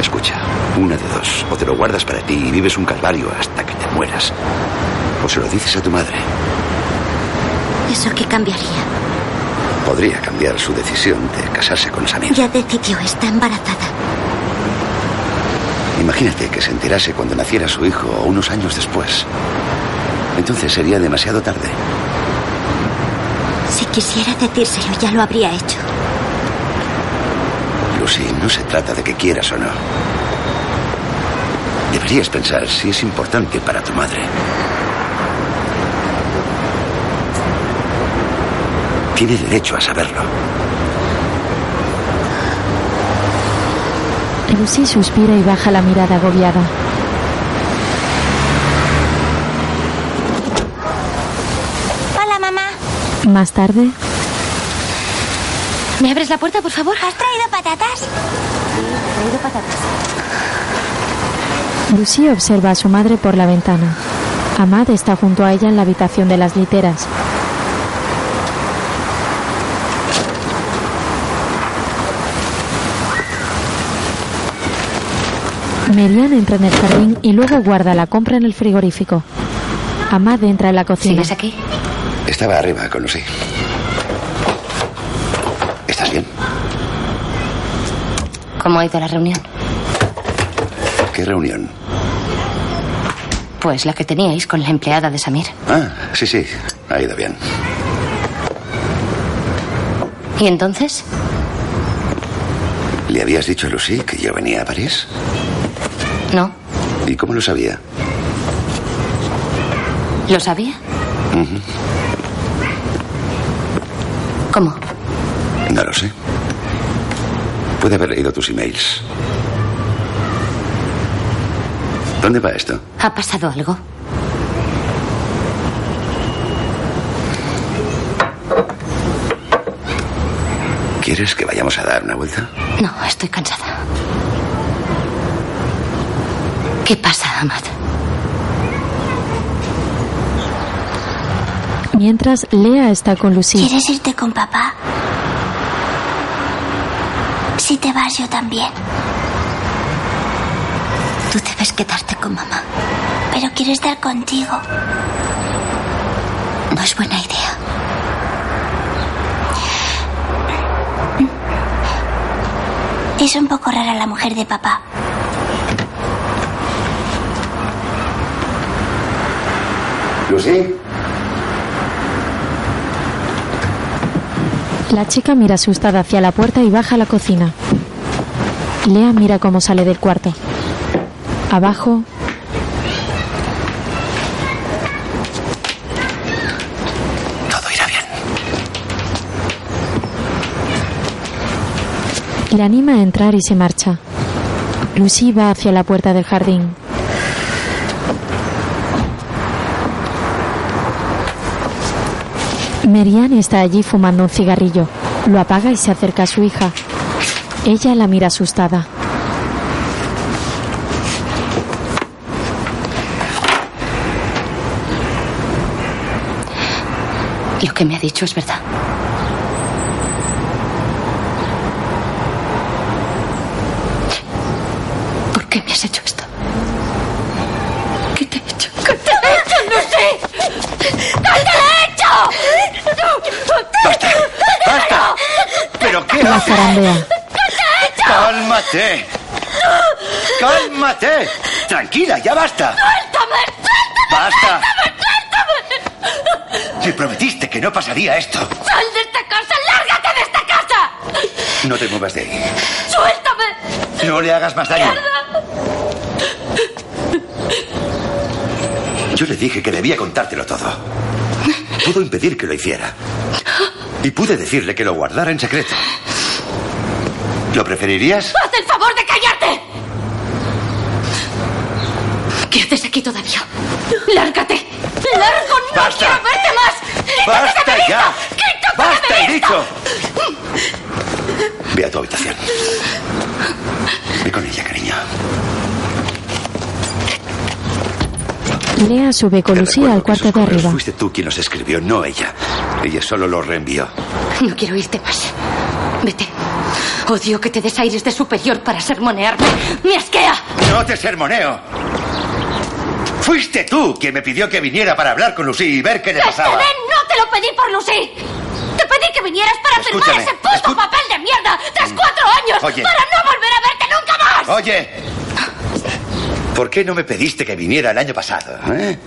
S3: Escucha. Una de dos. O te lo guardas para ti y vives un calvario hasta que te mueras. O se lo dices a tu madre.
S11: ¿Eso qué cambiaría?
S3: Podría cambiar su decisión de casarse con Samir.
S11: Ya decidió, está embarazada.
S3: Imagínate que se enterase cuando naciera su hijo o unos años después. Entonces sería demasiado tarde.
S11: Si quisiera decírselo, ya lo habría hecho.
S3: Lucy, no se trata de que quieras o no. Deberías pensar si es importante para tu madre. Tiene derecho a saberlo.
S1: Lucy suspira y baja la mirada agobiada.
S5: Hola, mamá.
S1: Más tarde,
S2: ¿Me abres la puerta, por favor?
S5: ¿Has traído patatas? Sí, he traído patatas.
S1: Lucy observa a su madre por la ventana. Ahmad está junto a ella en la habitación de las literas. Merian entra en el jardín y luego guarda la compra en el frigorífico. Ahmad entra en la cocina.
S2: ¿Sigues aquí?
S3: Estaba arriba con Lucy. ¿Estás bien?
S2: ¿Cómo ha ido la reunión?
S3: ¿Qué reunión?
S2: Pues la que teníais con la empleada de Samir.
S3: Ah, sí, sí. Ha ido bien.
S2: ¿Y entonces?
S3: ¿Le habías dicho a Lucy que yo venía a París?
S2: No.
S3: ¿Y cómo lo sabía?
S2: ¿Lo sabía?
S3: Ujú.
S2: ¿Cómo?
S3: No lo sé. Puede haber leído tus emails. ¿Dónde va esto?
S2: ¿Ha pasado algo?
S3: ¿Quieres que vayamos a dar una vuelta?
S2: No, estoy cansada. ¿Qué pasa, Amad?
S1: Mientras, Lea está con Lucy.
S5: ¿Quieres irte con papá? Si te vas, yo también.
S11: Tú debes quedarte con mamá.
S5: Pero quiero estar contigo.
S11: No es buena idea.
S5: Es un poco rara la mujer de papá.
S3: ¿Lucy?
S1: La chica mira asustada hacia la puerta y baja a la cocina. Lea mira cómo sale del cuarto. Abajo,
S3: Todo irá bien.
S1: le anima a entrar y se marcha. Lucy va hacia la puerta del jardín. Merian está allí fumando un cigarrillo. Lo apaga y se acerca a su hija. Ella la mira asustada.
S2: Lo que me ha dicho es verdad. ¿Por qué me has hecho esto? ¿Qué te he hecho?
S4: ¿Qué te he hecho, Lucy? ¿Qué te he hecho?
S3: ¡Basta! ¡Basta! ¿Pero qué
S1: La
S3: haces?
S1: zarandea.
S3: ¡Cálmate! ¡Cálmate! Tranquila, ya basta.
S4: ¡Suéltame!
S3: ¡Basta! Te prometiste que no pasaría esto.
S4: ¡Sal de esta casa! ¡Lárgate de esta casa!
S3: No te muevas de ahí.
S4: ¡Suéltame!
S3: No le hagas más daño.
S4: ¡Mierda!
S3: Yo le dije que debía contártelo todo. Pudo impedir que lo hiciera. Y pude decirle que lo guardara en secreto. ¿Lo preferirías?
S4: ¡Haz el favor de callarte! ¿Qué haces aquí todavía? ¡Lárgate! ¡Largo! ¡No
S3: Basta.
S4: quiero verte más! ¡Quítate
S3: ¡Basta
S4: de mi
S3: ya!
S4: vista! ¡Quítate
S3: ¡Basta,
S4: de
S3: he
S4: mi vista!
S3: dicho! Ve a tu habitación. Ve con ella, cariño.
S1: Lea sube con Lucía al cuarto de arriba.
S3: Fuiste tú quien los escribió, no ella. Ella solo los reenvió.
S2: No quiero irte más. Vete. Odio que te des aires de superior para sermonearme. ¡Me asquea!
S3: ¡No te sermoneo! Fuiste tú quien me pidió que viniera para hablar con Lucy y ver qué le pasaba.
S4: ¡Estelén, ¡Este no te lo pedí por Lucy! ¡Te pedí que vinieras para firmar
S3: Escúchame, Mm.
S4: ese puto papel de mierda tras cuatro años
S3: Oye.
S4: para no volver a verte nunca más!
S3: Oye, ¿por qué no me pediste que viniera el año pasado? eh?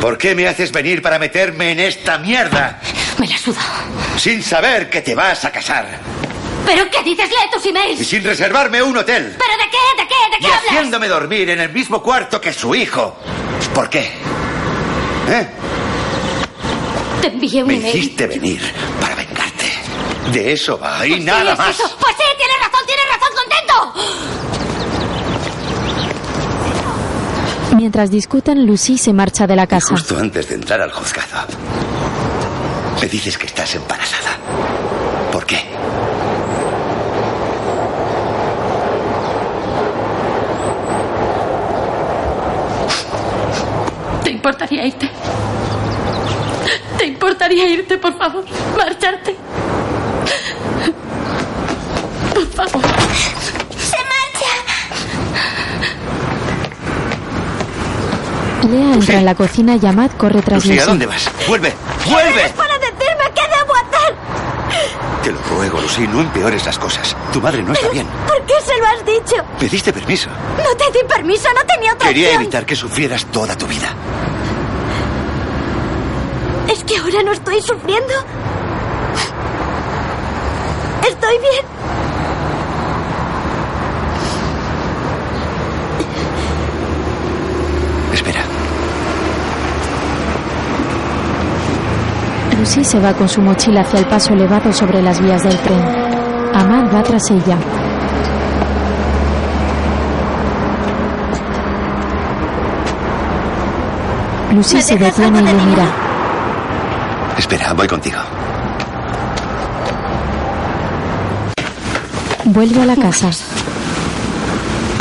S3: ¿Por qué me haces venir para meterme en esta mierda?
S2: Me la suda.
S3: Sin saber que te vas a casar.
S4: ¿Pero qué dices? Lee tus
S3: Y
S4: emails.
S3: sin reservarme un hotel.
S4: ¿Pero de qué? ¿De qué? ¿De
S3: Y
S4: qué hablas?
S3: haciéndome dormir en el mismo cuarto que su hijo. ¿Por qué? ¿Eh?
S2: Te envié un
S3: Me
S2: email.
S3: hiciste venir para vengarte. De eso va y nada
S4: ¿Es
S3: más.
S4: eso? Pues sí, tienes razón, tienes razón, contento.
S1: Mientras discuten, Lucy se marcha de la casa.
S3: Justo antes de entrar al juzgado. Me dices que estás embarazada. ¿Por qué?
S4: ¿Te importaría irte? ¿Te importaría irte, por favor? ¿Marcharte? Por favor.
S5: ¡Se marcha!
S1: Lea entra en la cocina y Amad corre tras
S3: Lucía,
S1: Lucy.
S3: ¿dónde vas? ¡Vuelve! ¡Vuelve!
S5: ¡Para decirme qué debo hacer!
S3: Te lo ruego, Lucy, no empeores las cosas. Tu madre no está bien.
S5: ¿Por qué se lo has dicho?
S3: Me diste permiso.
S5: No te di permiso, no tenía otra
S3: Quería
S5: opción.
S3: evitar que sufrieras toda tu vida.
S5: Es que ahora no estoy sufriendo. Estoy bien.
S3: Espera.
S1: Lucy se va con su mochila hacia el paso elevado sobre las vías del tren. Amad va tras ella. Lucy se detiene y le mira.
S3: Espera, voy contigo.
S1: Vuelve a la casa.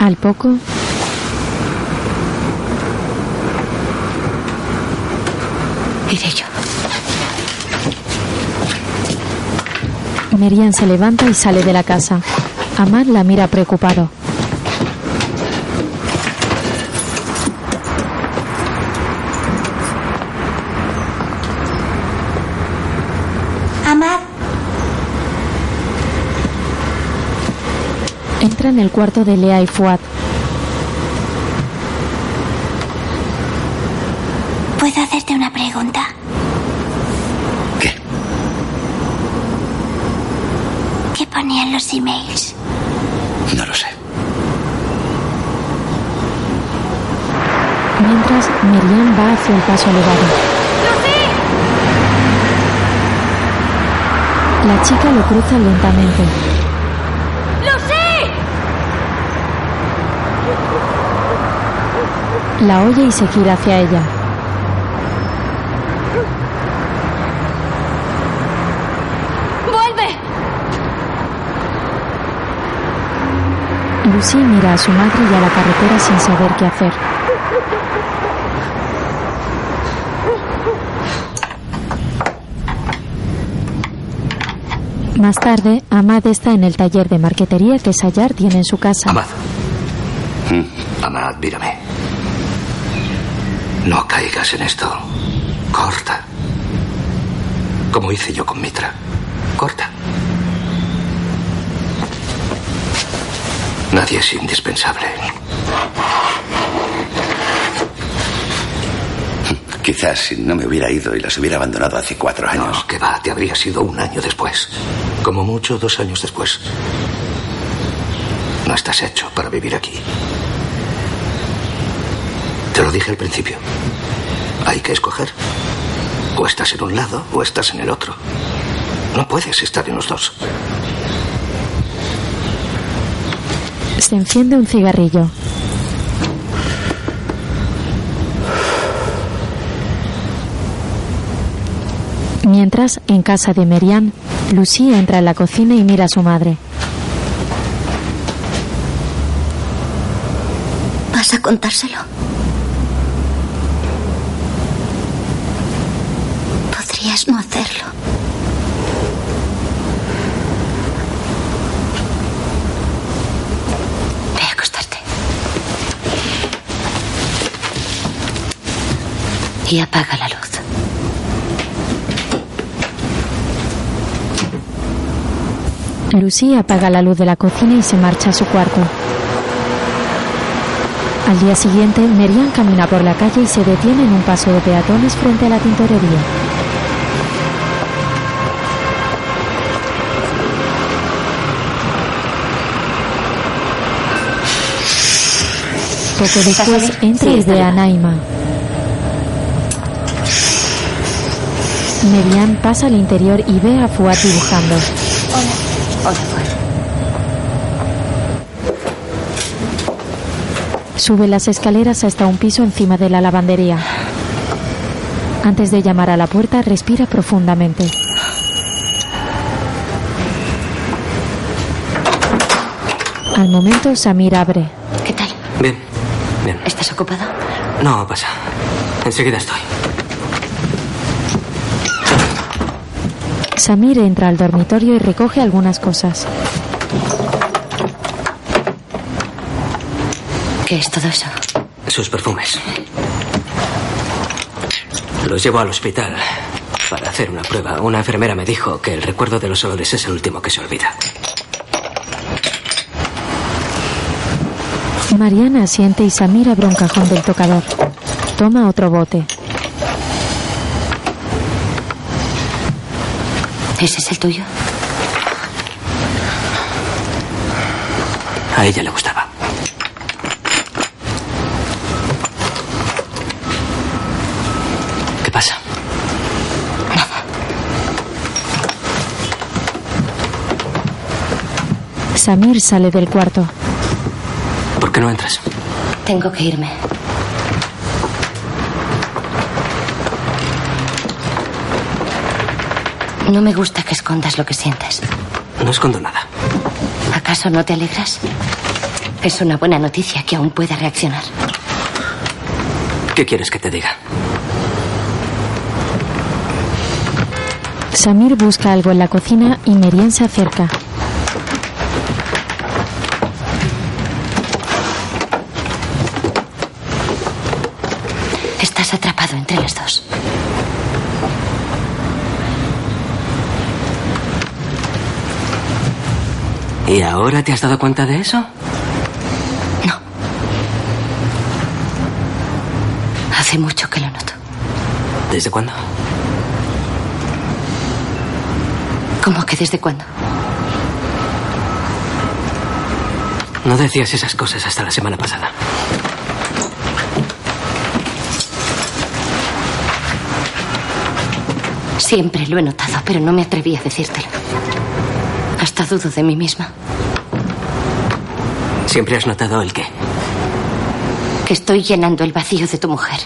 S1: Al poco,
S2: Iré yo.
S1: Merian se levanta y sale de la casa. Amad la mira preocupado.
S5: Amad,
S1: Entra en el cuarto de Lea y Fuad.
S5: ¿puedo hacerte una pregunta? ¿Qué? ¿Qué ponían los emails?
S3: No lo sé.
S1: Mientras, Merian va hacia el paso elevado. La chica lo cruza lentamente.
S4: ¡Lucy!
S1: La oye y se gira hacia ella.
S4: ¡Vuelve!
S1: Lucy mira a su madre y a la carretera sin saber qué hacer. Más tarde, Amad está en el taller de marquetería que Sayar tiene en su casa.
S12: Amad. Amad, mírame. No caigas en esto. Corta. Como hice yo con Mitra. Corta. Nadie es indispensable.
S3: Quizás si no me hubiera ido y las hubiera abandonado hace cuatro años.
S12: No, que va, te habría sido un año después. Como mucho, dos años después. No estás hecho para vivir aquí. Te lo dije al principio. Hay que escoger. O estás en un lado o estás en el otro. No puedes estar en los dos.
S1: Se enciende un cigarrillo. Mientras, en casa de Merian, Lucy entra en la cocina y mira a su madre.
S11: ¿Vas a contárselo? Podrías no hacerlo. Ve a acostarte.
S2: Y apaga la luz.
S1: Lucy apaga la luz de la cocina y se marcha a su cuarto. Al día siguiente, Merian camina por la calle y se detiene en un paso de peatones frente a la tintorería. Poco después entra
S2: Sí,
S1: y
S2: está
S1: ve a
S2: bien.
S1: Naima. Merian pasa al interior y ve a Fuad dibujando. Sube las escaleras hasta un piso encima de la lavandería. Antes de llamar a la puerta, respira profundamente. Al momento, Samir abre.
S2: ¿Qué tal?
S6: Bien, bien.
S2: ¿Estás ocupado?
S6: No, pasa. Enseguida estoy.
S1: Samir entra al dormitorio y recoge algunas cosas.
S2: ¿Qué es todo eso?
S6: Sus perfumes. Los llevo al hospital para hacer una prueba. Una enfermera me dijo que el recuerdo de los olores es el último que se olvida.
S1: Mariana asiente y Samir abre un cajón del tocador. Toma otro bote.
S2: ¿Ese es el tuyo?
S6: A ella le gustaba. ¿Qué pasa?
S1: Samir sale del cuarto.
S6: ¿Por qué no entras?
S2: Tengo que irme. No me gusta que escondas lo que sientes.
S6: No escondo nada.
S2: ¿Acaso no te alegras? Es una buena noticia que aún pueda reaccionar.
S6: ¿Qué quieres que te diga?
S1: Samir busca algo en la cocina y Merian se acerca.
S2: Estás atrapado entre los dos.
S6: ¿Y ahora te has dado cuenta de eso?
S2: Hace mucho que lo noto.
S6: ¿Desde cuándo?
S2: ¿Cómo que desde cuándo?
S6: No decías esas cosas hasta la semana pasada.
S2: Siempre lo he notado, pero no me atreví a decírtelo. Hasta dudo de mí misma.
S6: ¿Siempre has notado el qué?
S2: Que estoy llenando el vacío de tu mujer.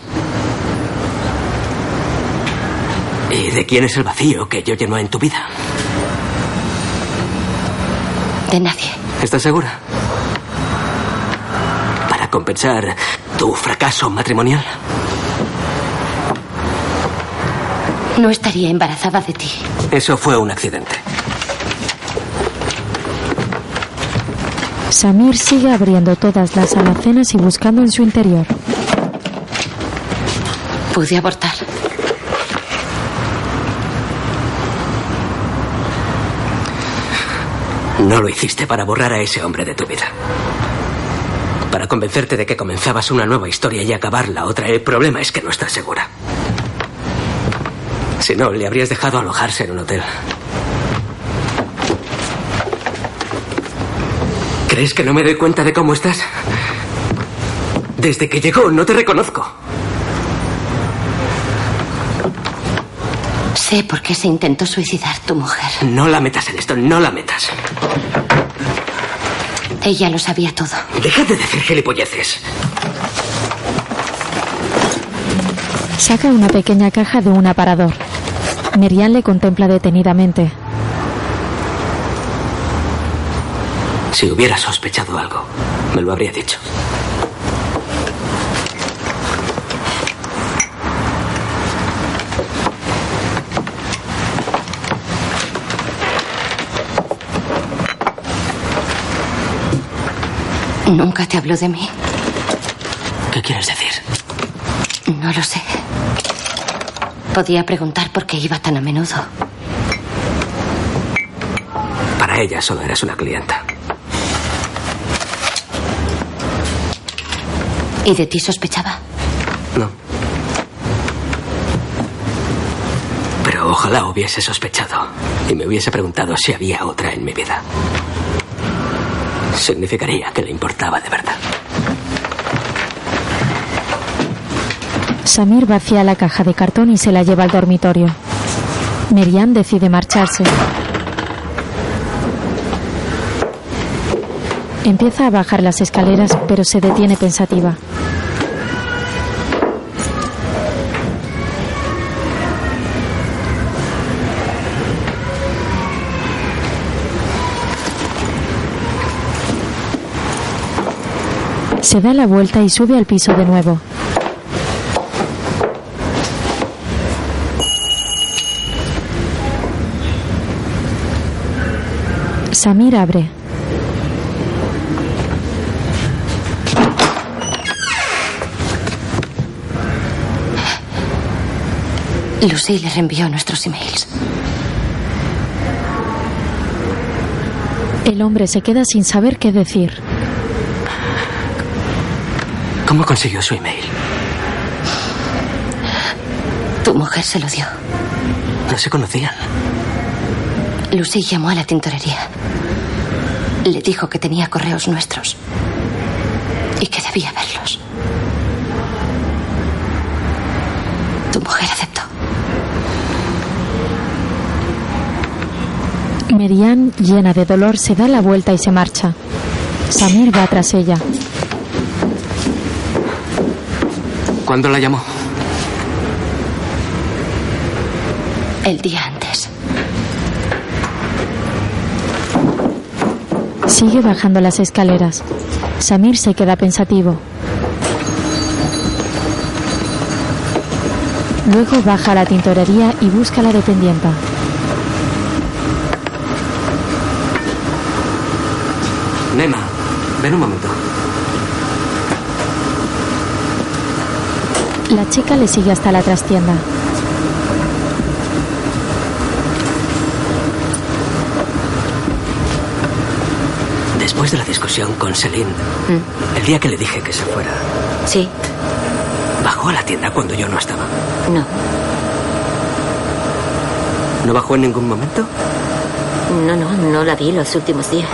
S6: ¿Y de quién es el vacío que yo lleno en tu vida?
S2: De nadie.
S6: ¿Estás segura? Para compensar tu fracaso matrimonial.
S2: No estaría embarazada de ti.
S6: Eso fue un accidente.
S1: Samir sigue abriendo todas las alacenas y buscando en su interior.
S2: Pude abortar.
S6: No lo hiciste para borrar a ese hombre de tu vida. Para convencerte de que comenzabas una nueva historia y acabar la otra. El problema es que no estás segura. Si no, le habrías dejado alojarse en un hotel. ¿Crees que no me doy cuenta de cómo estás? Desde que llegó no te reconozco.
S2: Sé por qué se intentó suicidar tu mujer.
S6: No la metas en esto, no la metas.
S2: Ella lo sabía todo.
S6: Deja de decir gilipolleces.
S1: Saca una pequeña caja de un aparador. Merian le contempla detenidamente.
S6: Si hubiera sospechado algo, me lo habría dicho.
S2: Nunca te habló de mí.
S6: ¿Qué quieres decir?
S2: No lo sé. Podía preguntar por qué iba tan a menudo.
S6: Para ella solo eras una clienta.
S2: ¿Y de ti sospechaba?
S6: No. Pero ojalá hubiese sospechado y me hubiese preguntado si había otra en mi vida. Significaría que le importaba de verdad.
S1: Samir vacía la caja de cartón y se la lleva al dormitorio. Merian decide marcharse. Empieza a bajar las escaleras, pero se detiene pensativa. Se da la vuelta y sube al piso de nuevo. Samir abre.
S2: Lucy les envió nuestros emails.
S1: El hombre se queda sin saber qué decir.
S6: ¿Cómo consiguió su email?
S2: Tu mujer se lo dio.
S6: No se conocían.
S2: Lucy llamó a la tintorería. Le dijo que tenía correos nuestros y que debía verlos. Tu mujer aceptó.
S1: Merian, llena de dolor, se da la vuelta y se marcha. Samir va tras ella.
S6: ¿Cuándo la llamó?
S2: El día antes.
S1: Sigue bajando las escaleras. Samir se queda pensativo. Luego baja a la tintorería y busca a la dependienta.
S6: Nema, ven un momento.
S1: La chica le sigue hasta la trastienda.
S6: Después de la discusión con Celine, el día que le dije que se fuera,
S14: Mm. Sí,
S6: bajó a la tienda cuando yo no estaba.
S14: no,
S6: ¿No bajó en ningún momento?
S14: no, no, no la vi los últimos días.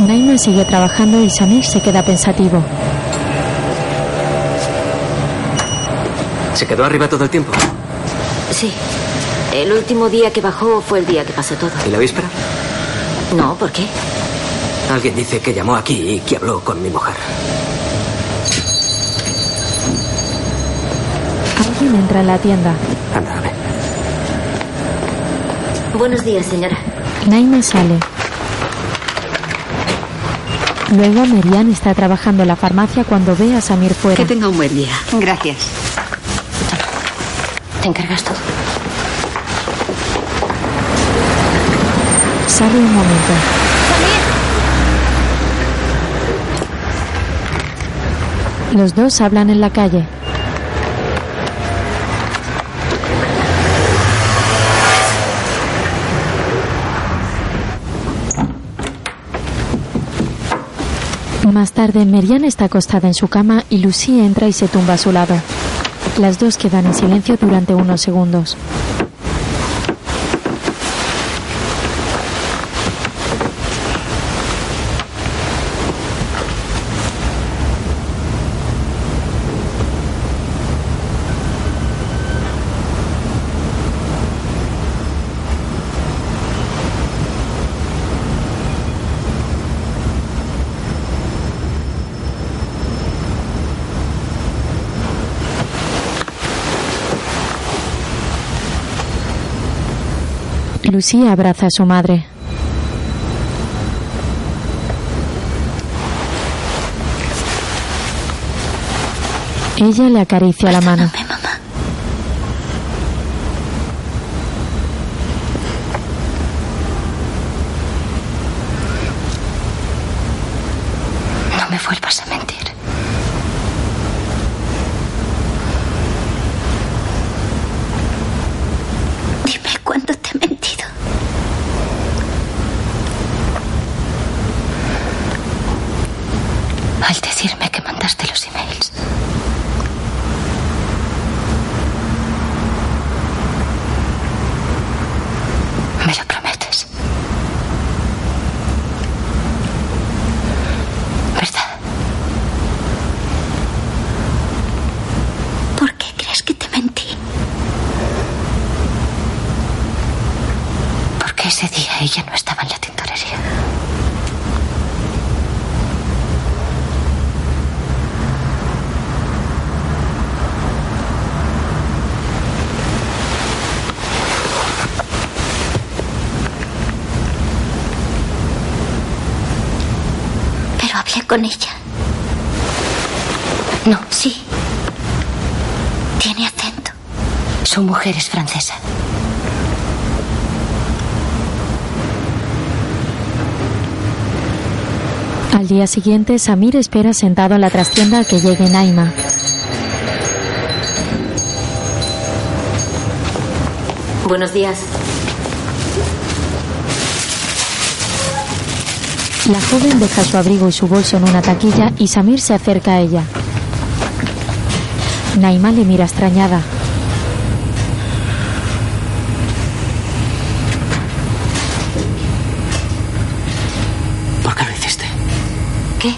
S1: Naima sigue trabajando y Samir se queda pensativo.
S6: ¿Se quedó arriba todo el tiempo?
S14: Sí, el último día que bajó fue el día que pasó todo.
S6: ¿Y la víspera?
S14: No, ¿por qué?
S6: Alguien dice que llamó aquí y que habló con mi mujer.
S1: Alguien entra en la tienda.
S6: Anda, ve.
S14: Buenos días, señora.
S1: Naima sale. Luego Merian está trabajando en la farmacia cuando ve a Samir fuera.
S15: Que tenga un buen día. Gracias.
S2: ¿Te encargas todo?
S1: Sale un momento. Los dos hablan en la calle. Más tarde, Merian está acostada en su cama y Lucy entra y se tumba a su lado. Las dos quedan en silencio durante unos segundos. Lucía abraza a su madre. Ella le acaricia la mano.
S11: No me vuelvas a mentir. Dime cuándo te he mentido. Al decirme que mandaste los emails. Me lo prometes. ¿Verdad? ¿Por qué crees que te mentí? Porque ese día ella no estaba en la tintorería. Pero hablé con ella. No, sí. Tiene acento. Su mujer es francesa.
S1: Al día siguiente, Samir espera sentado en la trastienda a que llegue Naima.
S14: Buenos días.
S1: La joven deja su abrigo y su bolso en una taquilla y Samir se acerca a ella. Naima le mira extrañada.
S6: ¿Por qué lo hiciste?
S14: ¿Qué?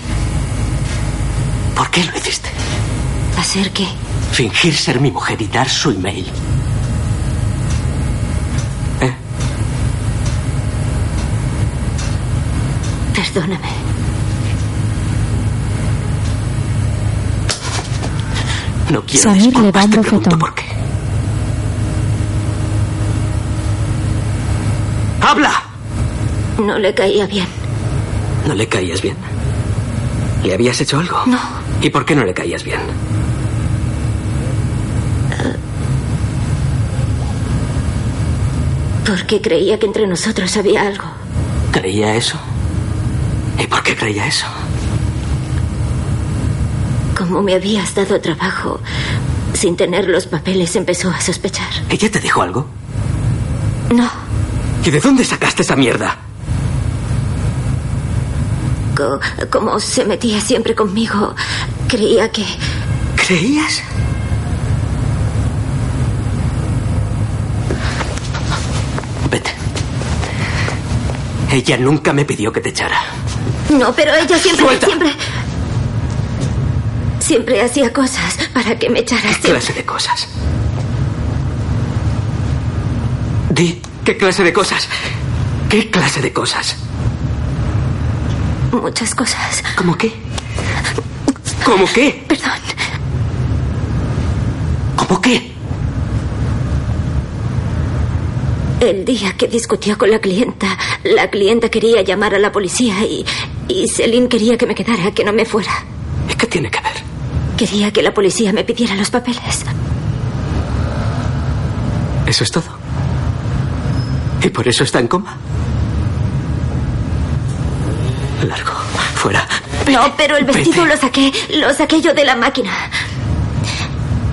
S6: ¿Por qué lo hiciste?
S14: ¿Hacer qué?
S6: Fingir ser mi mujer y dar su email.
S14: Perdóname.
S6: No quiero
S1: Samir le da
S6: disculpas,
S1: un
S6: te pregunto
S1: bofetón.
S6: por qué. ¡Habla!
S14: No le caía bien.
S6: No le caías bien. ¿Le habías hecho algo?
S14: No.
S6: ¿Y por qué no le caías bien?
S14: Porque creía que entre nosotros había algo.
S6: ¿Creía eso? ¿Y por qué creía eso?
S14: Como me habías dado trabajo, sin tener los papeles empezó a sospechar.
S6: ¿Ella te dijo algo?
S14: No,
S6: ¿Y de dónde sacaste esa mierda?
S14: co- como se metía siempre conmigo, creía que...
S6: ¿Creías? Ella nunca me pidió que te echara.
S14: No, pero ella siempre...
S6: ¡Suelta!
S14: Siempre... Siempre hacía cosas para que me echaras.
S6: ¿Qué clase de cosas? Di, ¿qué clase de cosas? ¿Qué clase de cosas?
S14: Muchas cosas.
S6: ¿Cómo qué? ¿Cómo qué?
S14: Perdón.
S6: ¿Cómo qué?
S14: El día que discutió con la clienta, la clienta quería llamar a la policía y, y Celine quería que me quedara, que no me fuera.
S6: ¿Y qué tiene que ver?
S14: Quería que la policía me pidiera los papeles.
S6: Eso es todo. ¿Y por eso está en coma? Largo, fuera.
S14: No, pero el vestido lo saqué, lo saqué yo de la máquina.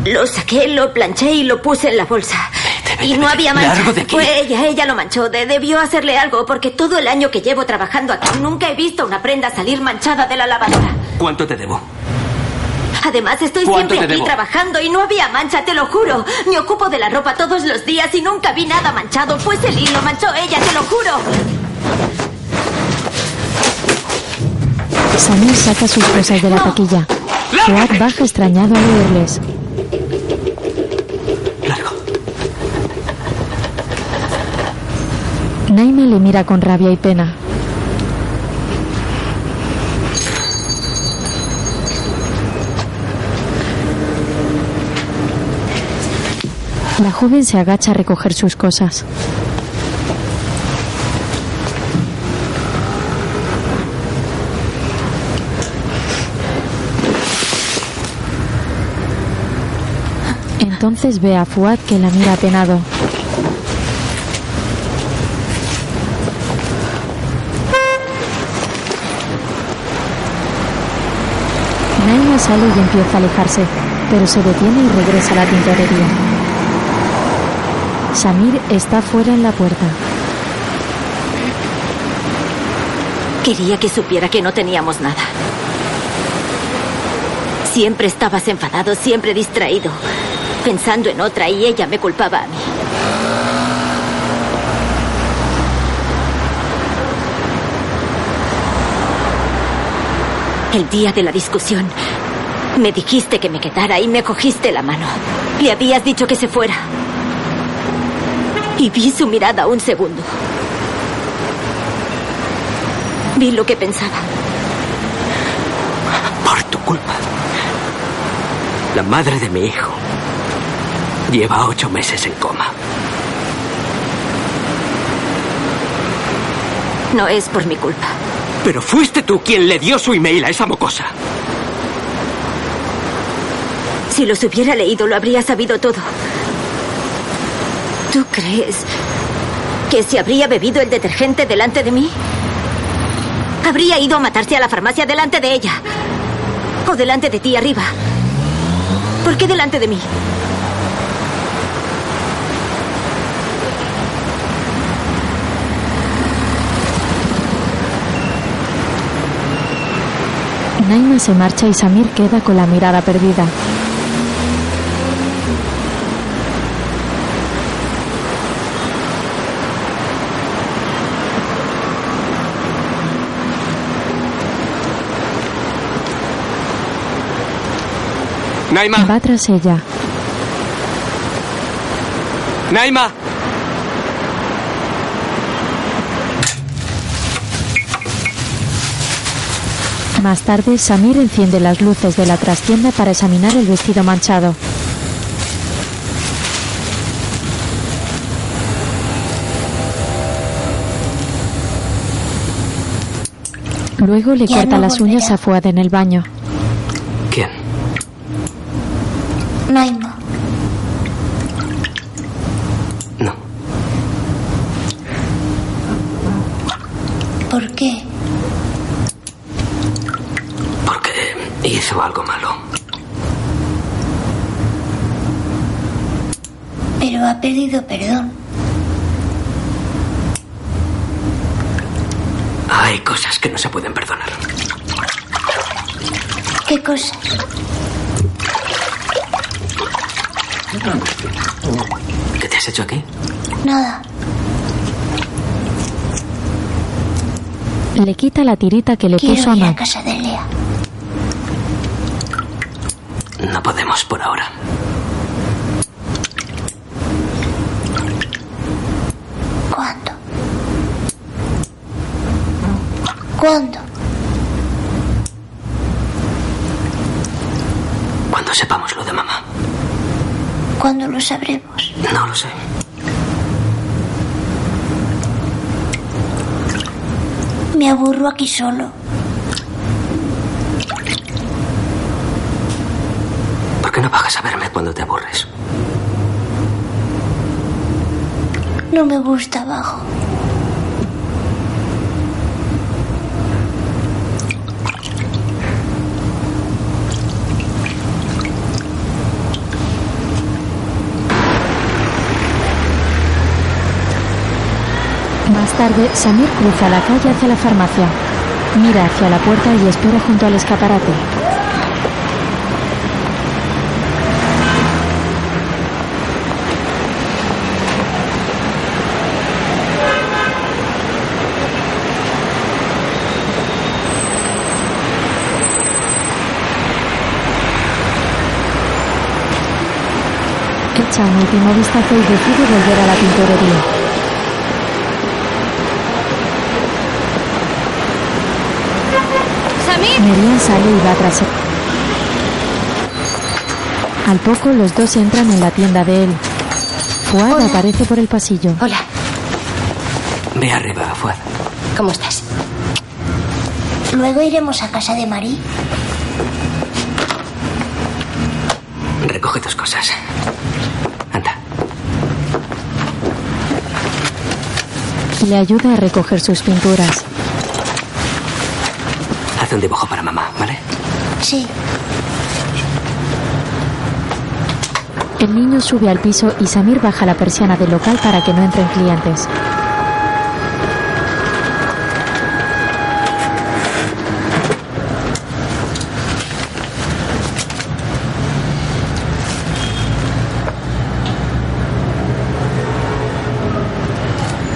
S14: Lo saqué, lo planché y lo puse en la bolsa. Y no había mancha.
S6: Largo de aquí.
S14: Fue ella, ella lo manchó. De- debió hacerle algo porque todo el año que llevo trabajando aquí nunca he visto una prenda salir manchada de la lavadora.
S6: ¿Cuánto te debo?
S14: Además, estoy
S6: ¿Cuánto
S14: siempre
S6: te
S14: aquí
S6: debo?
S14: trabajando y no había mancha, te lo juro. Me ocupo de la ropa todos los días y nunca vi nada manchado. Fue Celine, lo manchó ella, te lo juro.
S1: Samir saca sus cosas de la taquilla. Fuad baja extrañado al oírles. Naima le mira con rabia y pena. La joven se agacha a recoger sus cosas. Entonces ve a Fuad que la mira apenado. Naima sale y empieza a alejarse, pero se detiene y regresa a la tintorería. Samir está fuera en la puerta.
S14: Quería que supiera que no teníamos nada. Siempre estabas enfadado, siempre distraído, pensando en otra y ella me culpaba a mí. El día de la discusión, me dijiste que me quedara y me cogiste la mano. Le habías dicho que se fuera. Y vi su mirada un segundo. Vi lo que pensaba.
S6: Por tu culpa. La madre de mi hijo lleva ocho meses en coma.
S14: No es por mi culpa.
S6: Pero fuiste tú quien le dio su email a esa mocosa.
S14: Si los hubiera leído, lo habría sabido todo. ¿Tú crees que si habría bebido el detergente delante de mí? Habría ido a matarse a la farmacia delante de ella. O delante de ti arriba. ¿Por qué delante de mí?
S1: Naima se marcha y Samir queda con la mirada perdida.
S10: Naima.
S1: Va tras ella.
S10: Naima.
S1: Más tarde, Samir enciende las luces de la trastienda para examinar el vestido manchado. Luego le
S6: Ya
S1: corta
S6: no
S1: las uñas a Fuad en el baño.
S6: ¿Quién?
S5: Naima.
S6: No.
S5: ¿Por qué?
S6: Porque hizo algo malo.
S5: Pero ha pedido perdón.
S6: Hay cosas que no se pueden perdonar.
S5: ¿Qué cosa?
S6: ¿Qué te has hecho aquí?
S5: Nada.
S1: Le quita la tirita que le
S5: Quiero
S1: puso a
S5: ir a
S1: Mac.
S5: casa de Lea.
S6: No podemos por ahora.
S5: ¿Cuándo? ¿Cuándo?
S6: Cuando sepamos lo de mamá.
S5: ¿Cuándo lo sabremos?
S6: No lo sé.
S5: Me aburro aquí solo.
S6: ¿Por qué no bajas a verme cuando te aburres?
S5: No me gusta abajo.
S1: Más tarde, Samir cruza la calle hacia la farmacia. Mira hacia la puerta y espera junto al escaparate. Echa un último vistazo y decide volver a la pintorería. Merian sale y va tras él. Al poco los dos entran en la tienda de él. Fuad aparece por el pasillo.
S2: Hola.
S6: Ve arriba, Fuad.
S2: ¿Cómo estás?
S5: Luego iremos a casa de Marí.
S6: Recoge tus cosas.
S1: Le ayuda a recoger sus pinturas.
S6: Haz un dibujo para mamá, ¿vale?
S5: Sí.
S1: El niño sube al piso y Samir baja la persiana del local para que no entren clientes.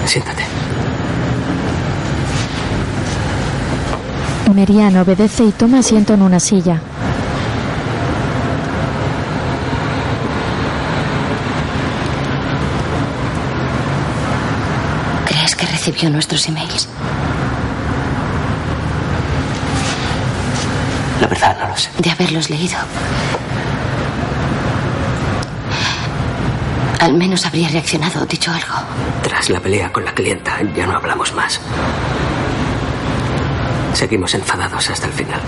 S6: Siéntate.
S1: Merian obedece y toma asiento en una silla.
S2: ¿Crees que recibió nuestros emails?
S6: La verdad no lo sé.
S2: De haberlos leído. Al menos habría reaccionado o dicho algo.
S6: Tras la pelea con la clienta, ya no hablamos más. Seguimos enfadados hasta el final.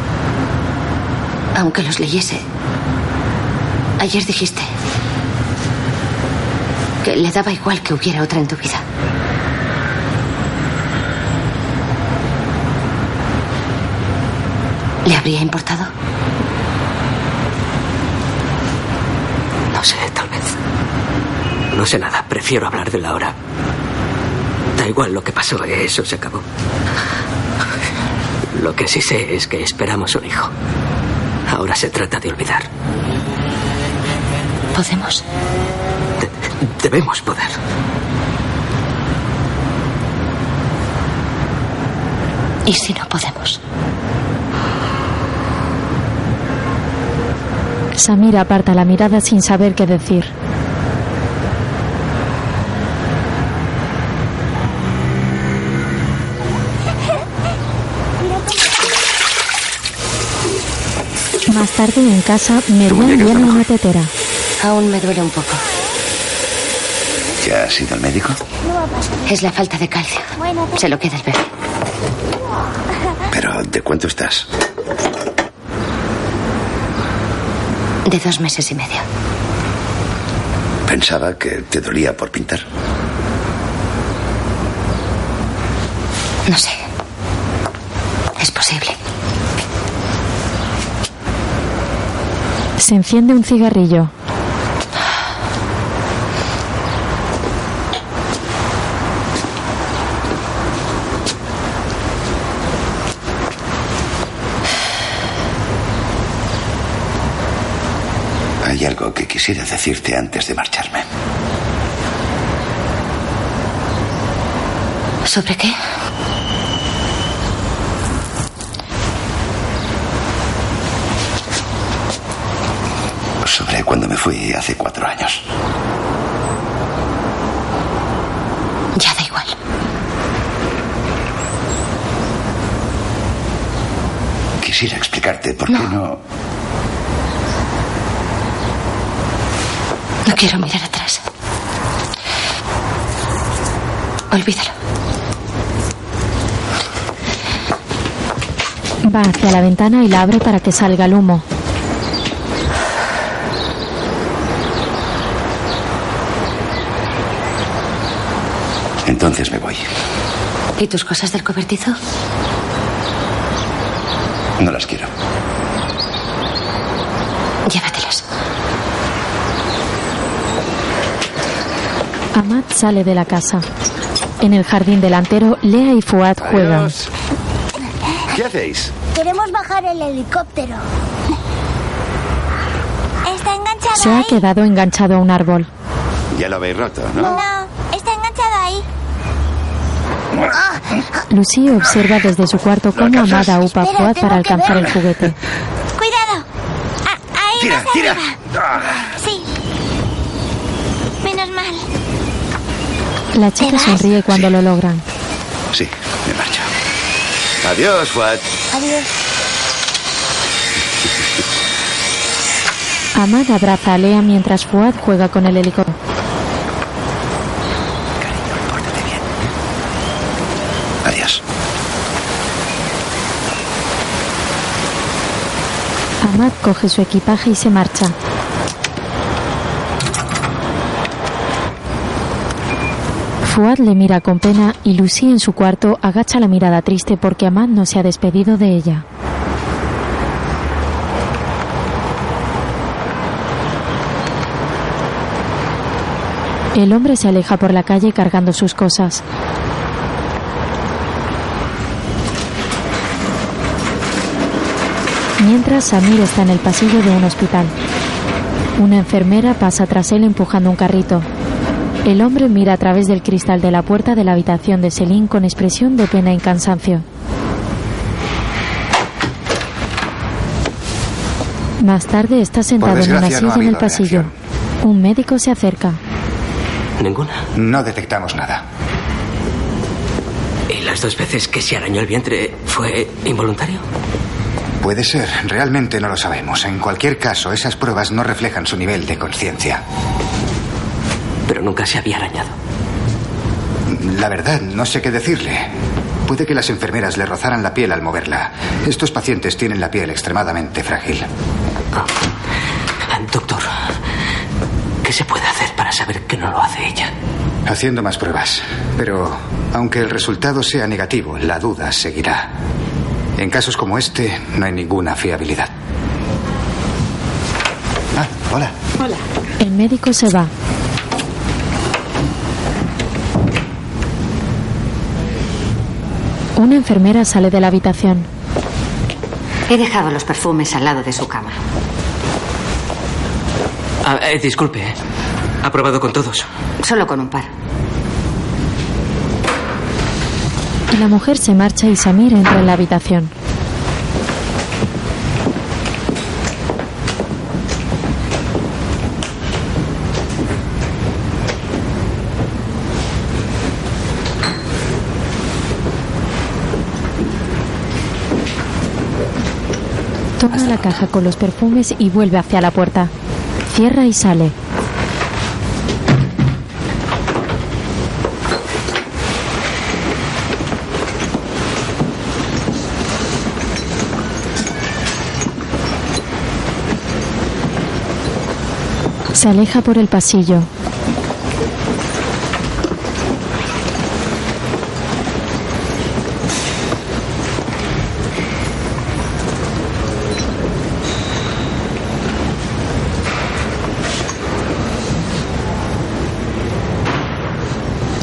S2: Aunque los leyese. Ayer dijiste que le daba igual que hubiera otra en tu vida. ¿Le habría importado?
S6: No sé, tal vez. No sé nada, prefiero hablar de la hora. Da igual lo que pasó, ¿eh? eso se acabó. Lo que sí sé es que esperamos un hijo. Ahora se trata de olvidar.
S2: ¿Podemos?
S6: De- debemos poder.
S2: ¿Y si no podemos?
S1: Samir aparta la mirada sin saber qué decir. Más tarde en casa, Merian viene una tetera.
S2: Aún me duele un poco.
S3: ¿Ya has ido al médico?
S2: Es la falta de calcio. Se lo queda el bebé.
S3: Pero, ¿de cuánto estás?
S2: De dos meses y medio.
S3: Pensaba que te dolía por pintar.
S2: No sé. Es posible.
S1: Se enciende un cigarrillo.
S3: Hay algo que quisiera decirte antes de marcharme.
S2: ¿Sobre qué?
S3: Sobre cuando me fui hace cuatro años.
S2: Ya da igual.
S3: Quisiera explicarte por qué no...
S2: No quiero mirar atrás. Olvídalo.
S1: Va hacia la ventana y la abre para que salga el humo.
S3: Entonces me voy.
S2: ¿Y tus cosas del cobertizo?
S3: No las quiero.
S2: Llévatelas.
S1: Ahmad sale de la casa. En el jardín delantero, Lea y Fuad juegan.
S3: ¿Qué hacéis?
S5: Queremos bajar el helicóptero. Está enganchado
S1: Se ha
S5: ahí.
S1: quedado enganchado a un árbol.
S3: Ya lo habéis roto,
S5: está enganchado ahí.
S1: Lucy observa desde su cuarto cómo Amada upa a Fuad para alcanzar el juguete.
S5: Cuidado. Ah, ahí
S3: Tira,
S5: más
S3: tira. Ah.
S5: arriba. Sí. Menos mal.
S1: La chica sonríe cuando lo logran.
S3: Sí, me marcho. Adiós, Fuad.
S5: Adiós.
S1: Amad abraza a Lea mientras Fuad juega con el helicóptero.
S3: Adiós.
S1: Amad coge su equipaje y se marcha. Fuad le mira con pena y Lucy en su cuarto agacha la mirada triste porque Amad no se ha despedido de ella. El hombre se aleja por la calle cargando sus cosas. Mientras Samir está en el pasillo de un hospital. Una enfermera pasa tras él empujando un carrito. El hombre mira a través del cristal de la puerta de la habitación de Selim con expresión de pena y cansancio. Más tarde está sentado en una
S9: desgracia, no ha
S1: silla en el
S9: habido
S1: pasillo. Un médico se acerca.
S6: ¿Ninguna?
S9: No detectamos nada.
S6: ¿Y las dos veces que se arañó el vientre fue involuntario?
S9: Puede ser, realmente no lo sabemos. En cualquier caso, esas pruebas no reflejan su nivel de conciencia.
S6: Pero nunca se había arañado.
S9: La verdad, no sé qué decirle. Puede que las enfermeras le rozaran la piel al moverla. Estos pacientes tienen la piel extremadamente frágil.
S6: Ah. Doctor, ¿qué se puede hacer para saber que no lo hace ella?
S9: Haciendo más pruebas. Pero, aunque el resultado sea negativo, la duda seguirá. En casos como este, no hay ninguna fiabilidad. Ah, hola.
S1: El médico se va. Una enfermera sale de la habitación.
S16: He dejado los perfumes al lado de su cama.
S6: Ah, eh, disculpe, ¿eh? ¿ha probado con todos?
S16: Solo con un par.
S1: La mujer se marcha y Samir entra en la habitación. Toma la caja con los perfumes y vuelve hacia la puerta. Cierra y sale. Se aleja por el pasillo.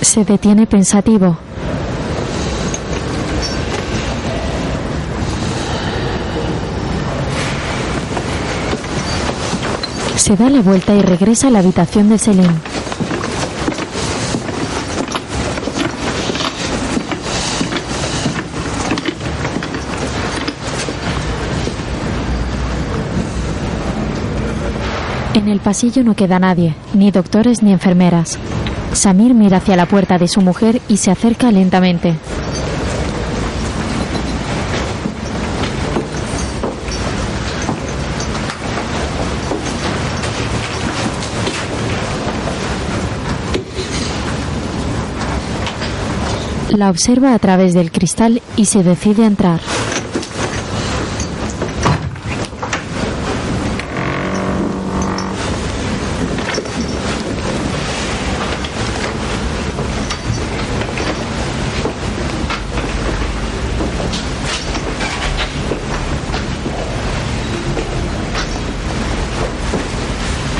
S1: Se detiene pensativo. Se da la vuelta y regresa a la habitación de Selim. En el pasillo no queda nadie, ni doctores ni enfermeras. Samir mira hacia la puerta de su mujer y se acerca lentamente. La observa a través del cristal y se decide a entrar.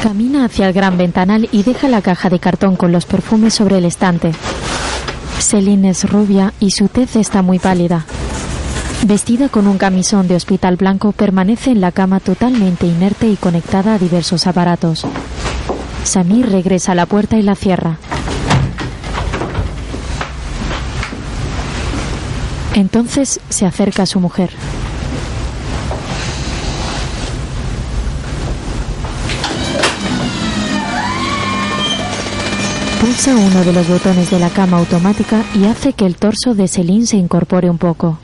S1: Camina hacia el gran ventanal y deja la caja de cartón con los perfumes sobre el estante. Celine es rubia y su tez está muy pálida. Vestida con un camisón de hospital blanco, permanece en la cama totalmente inerte y conectada a diversos aparatos. Samir regresa a la puerta y la cierra. Entonces se acerca a su mujer. Pulsa uno de los botones de la cama automática y hace que el torso de Celine se incorpore un poco.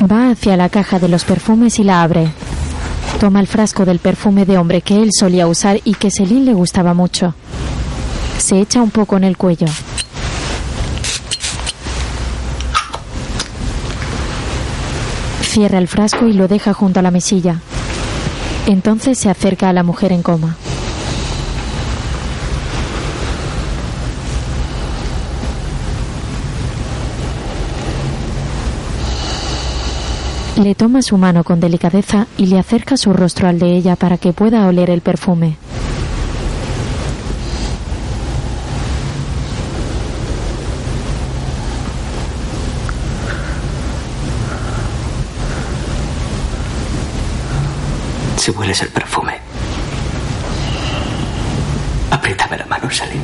S1: Va hacia la caja de los perfumes y la abre. Toma el frasco del perfume de hombre que él solía usar y que Celine le gustaba mucho. Se echa un poco en el cuello. Cierra el frasco y lo deja junto a la mesilla. Entonces se acerca a la mujer en coma. Le toma su mano con delicadeza y le acerca su rostro al de ella para que pueda oler el perfume.
S6: Si hueles el perfume, apriétame la mano, Salim.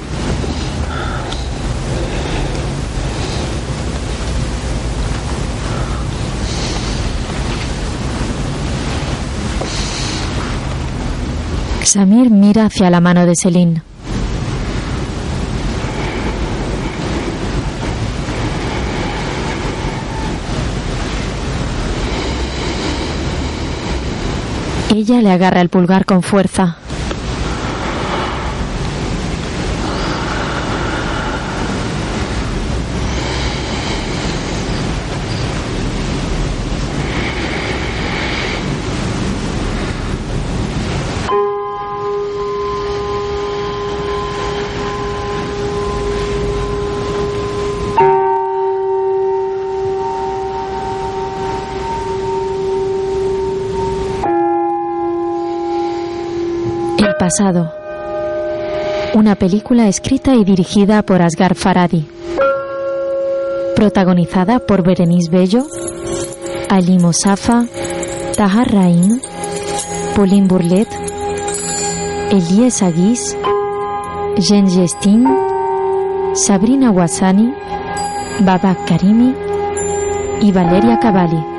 S1: Samir mira hacia la mano de Selin. Ella le agarra el pulgar con fuerza. El pasado. Una película escrita y dirigida por Asghar Farhadi. Protagonizada por Berenice Bello, Ali Mosafa, Tahar Rahim, Pauline Bourlet, Elies Aguis, Jean Gestin, Sabrina Wassani, Babak Karimi y Valeria Cavalli.